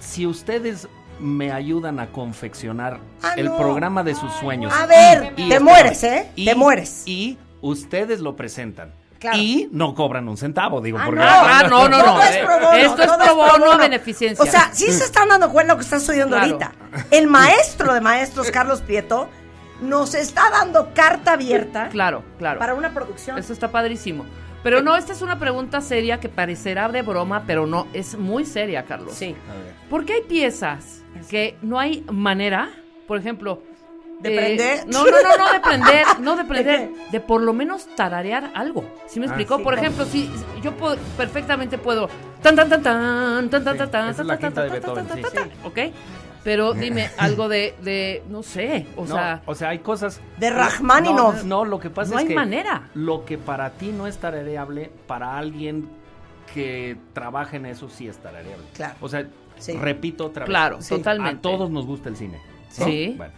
F: Si ustedes me ayudan a confeccionar
A: Ah,
F: el
A: no.
F: programa de sus sueños.
A: A ver, te
F: espérame,
A: mueres, ¿eh?
F: y-
A: Te mueres.
F: Y ustedes lo presentan.
A: Claro.
F: Y no cobran un centavo, digo,
A: Ah,
F: porque
A: no.
E: Ah, no, no, no.
A: Todo es pro bono,
E: Esto es
A: todo
E: pro bono,
A: bono.
E: beneficencia.
A: O sea, sí se están dando cuenta lo que está sucediendo
E: Claro.
A: ahorita. El maestro de maestros, Carlos Prieto, nos está dando carta abierta
E: Claro, claro.
A: para una producción.
E: Eso está padrísimo. Pero no, esta es una pregunta seria que parecerá de broma, pero no, es muy seria, Carlos.
A: Sí.
E: ¿Por qué hay piezas que no hay manera, por ejemplo... eh,
A: ¿De prender?
E: no, no, no, no de prender, no de prender,
A: ¿De
E: ¿De, por lo menos tararear algo. ¿Sí
F: Ah,
E: me explicó?
A: sí,
E: por
A: ¿cómo?
E: ejemplo, si si- yo puedo- perfectamente puedo tan tan tan tan tan tan
F: Sí,
E: tan tan
F: esa es
E: tan
F: la
E: tan
F: quinta de
E: tan, tan,
F: Beethoven,
E: tan,
F: sí,
E: tan,
F: sí.
E: tan, ¿ok? Pero dime algo de, de no sé, o
F: No,
E: sea,
F: o sea, hay cosas.
A: De Rachmaninoff.
F: No, no, lo que pasa
E: No
F: es
E: hay
F: que.
E: manera.
F: Lo que para ti no es tarareable, para alguien que trabaja en eso sí es tarareable.
A: Claro.
F: O sea,
A: Sí.
F: repito otra vez.
E: Claro,
A: Sí.
E: totalmente.
F: A todos nos gusta el cine. ¿no?
E: Sí.
F: Bueno,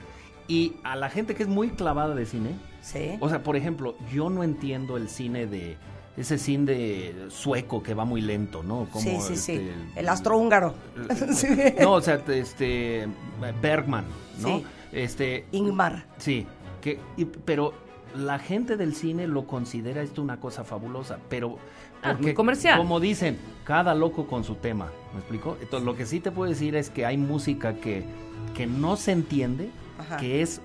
F: y a la gente que es muy clavada de cine.
A: Sí.
F: O sea, por ejemplo, yo no entiendo el cine de. Ese cine de sueco que va muy lento, ¿no? Como,
A: sí, sí, sí.
F: este,
A: El astro húngaro. Sí.
F: No, o sea, este. Bergman, ¿no?
A: Sí.
F: Este.
A: Ingmar.
F: Sí, que, y- pero la gente del cine lo considera esto una cosa fabulosa, pero...
E: Ah, muy comercial.
F: Como dicen, cada loco con su tema, ¿me explico? Entonces, lo que sí te puedo decir es que hay música que, que no se entiende,
A: Ajá.
F: que es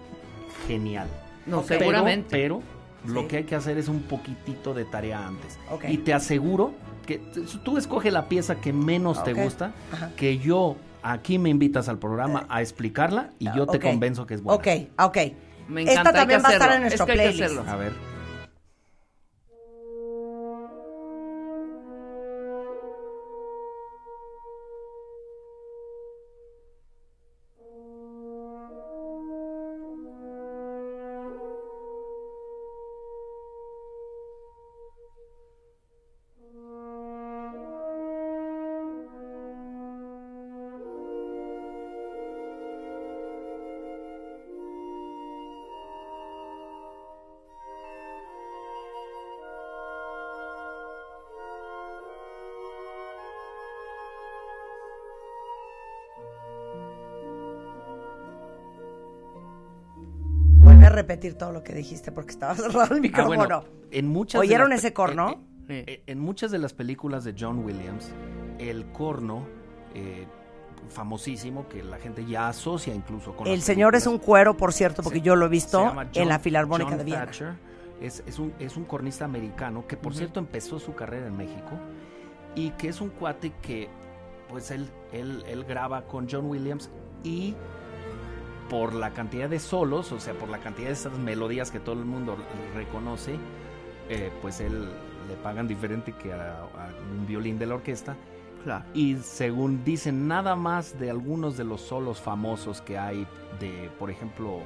F: genial.
E: no,
F: Pero-
E: seguramente.
F: Pero,
A: Sí.
F: lo que hay que hacer es un poquitito de tarea antes.
A: Ok.
F: Y te aseguro que t- tú escoge la pieza que menos
A: Ah, Ok.
F: te gusta,
A: Ajá.
F: que yo... Aquí me invitas al programa a explicarla y yo
A: Ah,
F: te
A: Ok.
F: convenzo que es buena.
A: Ok, ok.
E: Me
A: Esta
E: encanta, hay
A: también
E: que
A: va a estar
E: hacerlo.
A: en nuestro
E: Es que hay que
A: playlist.
E: hacerlo.
F: A ver.
A: Vuelve a repetir todo lo que dijiste porque estaba cerrado el
F: Ah,
A: micrófono.
F: bueno, en muchas de
A: ¿Oyeron
F: las-
A: ese corno?
F: En, en- en- en muchas de las películas de John Williams, el corno, eh, famosísimo, que la gente ya asocia incluso con
A: El
F: las
A: señor es un
F: películas,
A: cuero, por cierto, porque
F: Se-
A: yo lo he
F: se
A: visto
F: llama John-
A: en la Filarmónica
F: John
A: de Viena.
F: Thatcher. Es, es un, es un cornista americano que, por cierto, empezó su carrera en México y que es un cuate que, pues, él, él, él graba con John Williams y por la cantidad de solos, o sea, por la cantidad de esas melodías que todo el mundo reconoce, eh, pues él le pagan diferente que a, a un violín de la orquesta.
E: Claro.
F: Y según dicen, nada más de algunos de los solos famosos que hay de, por ejemplo,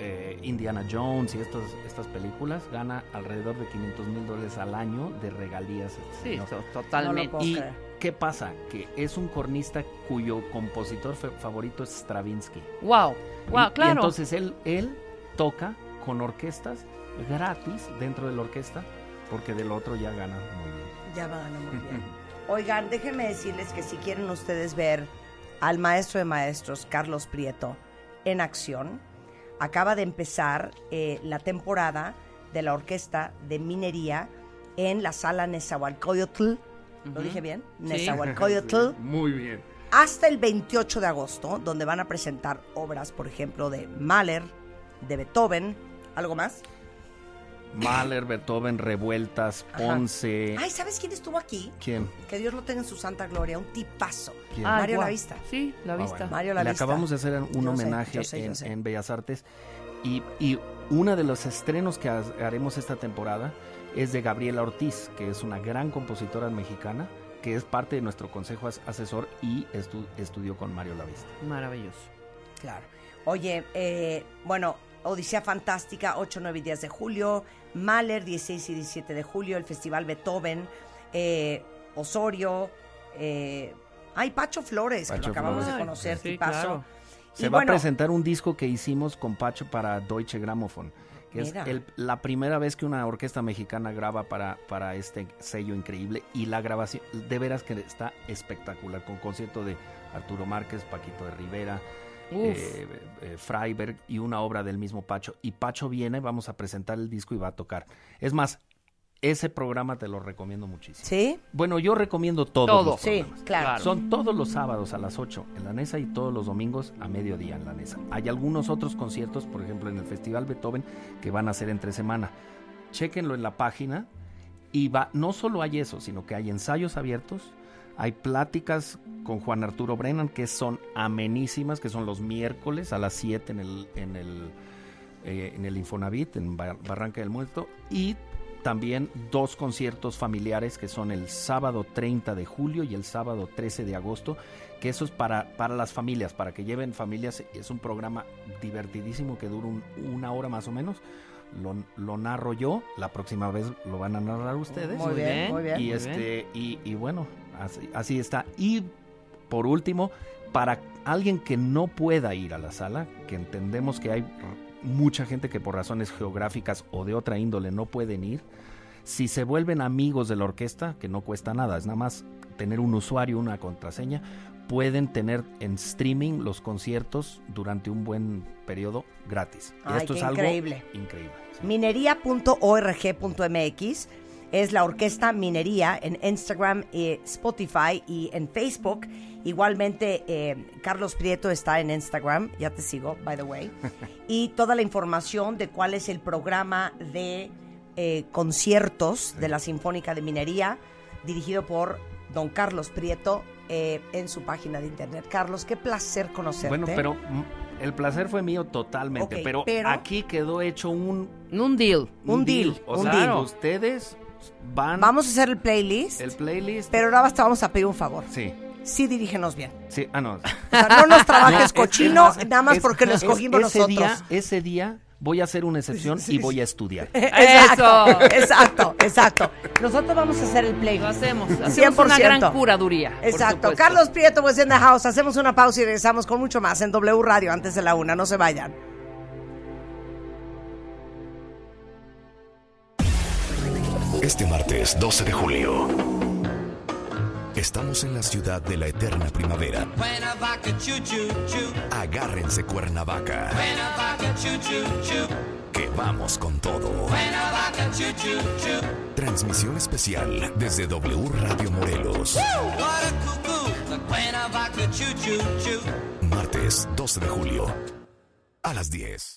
F: eh, Indiana Jones y estas, estas películas, gana alrededor de 500 mil dólares al año de regalías. este
E: Sí,
F: señor.
E: to-
A: No
E: totalmente.
A: lo puedo
F: ¿Y
A: creer.
F: qué pasa? Que es un cornista cuyo compositor fe- favorito es Stravinsky.
E: Wow,
F: Y-
E: wow,
F: y
E: claro.
F: entonces él, él toca con orquestas gratis dentro de la orquesta, porque del otro ya ganan muy bien.
A: Ya van a muy bien. Oigan, déjenme decirles que si quieren ustedes ver al maestro de maestros, Carlos Prieto, en acción, acaba de empezar eh, la temporada de la Orquesta de Minería en la sala Nezahualcóyotl. ¿Lo dije bien? Nezahualcóyotl.
J: Muy bien.
A: hasta el 28 de agosto, donde van a presentar obras, por ejemplo, de Mahler, de Beethoven, algo más.
F: Mahler, Beethoven, Revueltas,
A: Ajá.
F: Ponce.
A: Ay, ¿sabes quién estuvo aquí?
F: ¿Quién?
A: Que Dios lo tenga en su santa gloria, un tipazo.
F: ¿Quién?
E: Ah,
A: Mario
E: guau.
A: Lavista.
E: Sí, la
F: Ah,
E: vista.
F: bueno.
A: Mario la
F: Le
A: vista.
F: acabamos de hacer un
A: Yo sé,
F: homenaje
A: yo sé, yo
F: en,
A: sé.
F: en Bellas Artes y, y uno de los estrenos que ha- haremos esta temporada es de Gabriela Ortiz, que es una gran compositora mexicana, que es parte de nuestro consejo as- asesor y estu- estudió con Mario Lavista.
E: Maravilloso.
A: Claro. Oye, eh, bueno, Odisea Fantástica, 8, 9 y 10 de julio. Mahler, 16 y 17 de julio. El Festival Beethoven. eh, Osorio. Eh, ay, Pacho Flores, que
F: Pacho
A: lo acabamos
E: Flores.
A: de conocer,
E: Sí,
A: tipazo.
E: claro.
F: Se va a presentar un disco que hicimos con Pacho para Deutsche Grammophon, que
A: Mira.
F: es el- la primera vez que una orquesta mexicana graba para, para este sello increíble y la grabación de veras que está espectacular, con concierto de Arturo Márquez, Paquito de Rivera,
E: Uf.
F: eh, eh, Freiberg y una obra del mismo Pacho. Y Pacho viene, vamos a presentar el disco y va a tocar. Es más, ese programa te lo recomiendo muchísimo.
A: ¿Sí?
F: Bueno, yo recomiendo todos
E: Todo.
F: los
A: Sí,
F: programas.
A: claro.
E: Claro.
F: Son todos los sábados a las 8 en la NESA y todos los domingos a mediodía en la NESA. Hay algunos otros conciertos, por ejemplo, en el Festival Beethoven, que van a ser entre semana. Chéquenlo en la página y va, no solo hay eso, sino que hay ensayos abiertos, hay pláticas con Juan Arturo Brennan, que son amenísimas, que son los miércoles a las 7 en el, en el, eh, en el Infonavit, en Bar- Barranca del Muerto, y también dos conciertos familiares que son el sábado 30 de julio y el sábado 13 de agosto, que eso es para, para las familias, para que lleven familias. Es un programa divertidísimo que dura un- una hora más o menos. Lo, lo narro yo, la próxima vez lo van a narrar ustedes.
A: Muy bien, muy bien.
F: Y,
J: muy
F: este, y, y bueno, así, así está. Y por último, para alguien que no pueda ir a la sala, que entendemos que hay mucha gente que por razones geográficas o de otra índole no pueden ir, si se vuelven amigos de la orquesta, que no cuesta nada, es nada más tener un usuario, una contraseña, pueden tener en streaming los conciertos durante un buen periodo gratis. Y
A: Ay,
F: Esto
A: qué
F: es algo
A: increíble.
F: increíble. sí.
A: Minería.org.mx es la orquesta Minería en Instagram, eh, Spotify y en Facebook. Igualmente, eh, Carlos Prieto está en Instagram, ya te sigo, by the way. Y toda la información de cuál es el programa de eh, conciertos de la Sinfónica de Minería, dirigido por don Carlos Prieto eh, en su página de internet. Carlos, qué placer conocerte.
F: Bueno, pero mm, el placer fue mío totalmente,
A: Ok,
F: pero,
A: pero-
F: aquí quedó hecho un,
E: Un deal.
A: Un deal,
F: O
A: un
F: sea,
A: deal.
F: ustedes van
A: Vamos a hacer el playlist,
F: el playlist.
A: pero nada más te vamos a pedir un favor.
F: Sí,
A: Sí, dirígenos bien.
F: sí, ah no.
A: O sea, no nos
F: No,
A: trabajes
F: es-
A: cochino,
F: es más,
A: nada más
F: es-
A: porque lo
F: es-
A: escogimos
F: ese
A: nosotros.
F: Día, ese día voy a hacer una excepción y voy a estudiar.
A: Exacto,
E: Eso.
A: exacto, exacto. Nosotros vamos a hacer el
E: Lo
A: playlist.
E: hacemos. Hacemos
A: 100%.
E: una gran curaduría. por
A: Exacto.
E: supuesto.
A: Carlos Prieto, pues en The House. Hacemos una pausa y regresamos con mucho más en W Radio antes de la una. No se vayan.
C: Este martes 12 de julio. Estamos en la ciudad de la eterna primavera. Agárrense Cuernavaca. Que vamos con todo. Transmisión especial desde W Radio Morelos. Martes 12 de julio a las 10.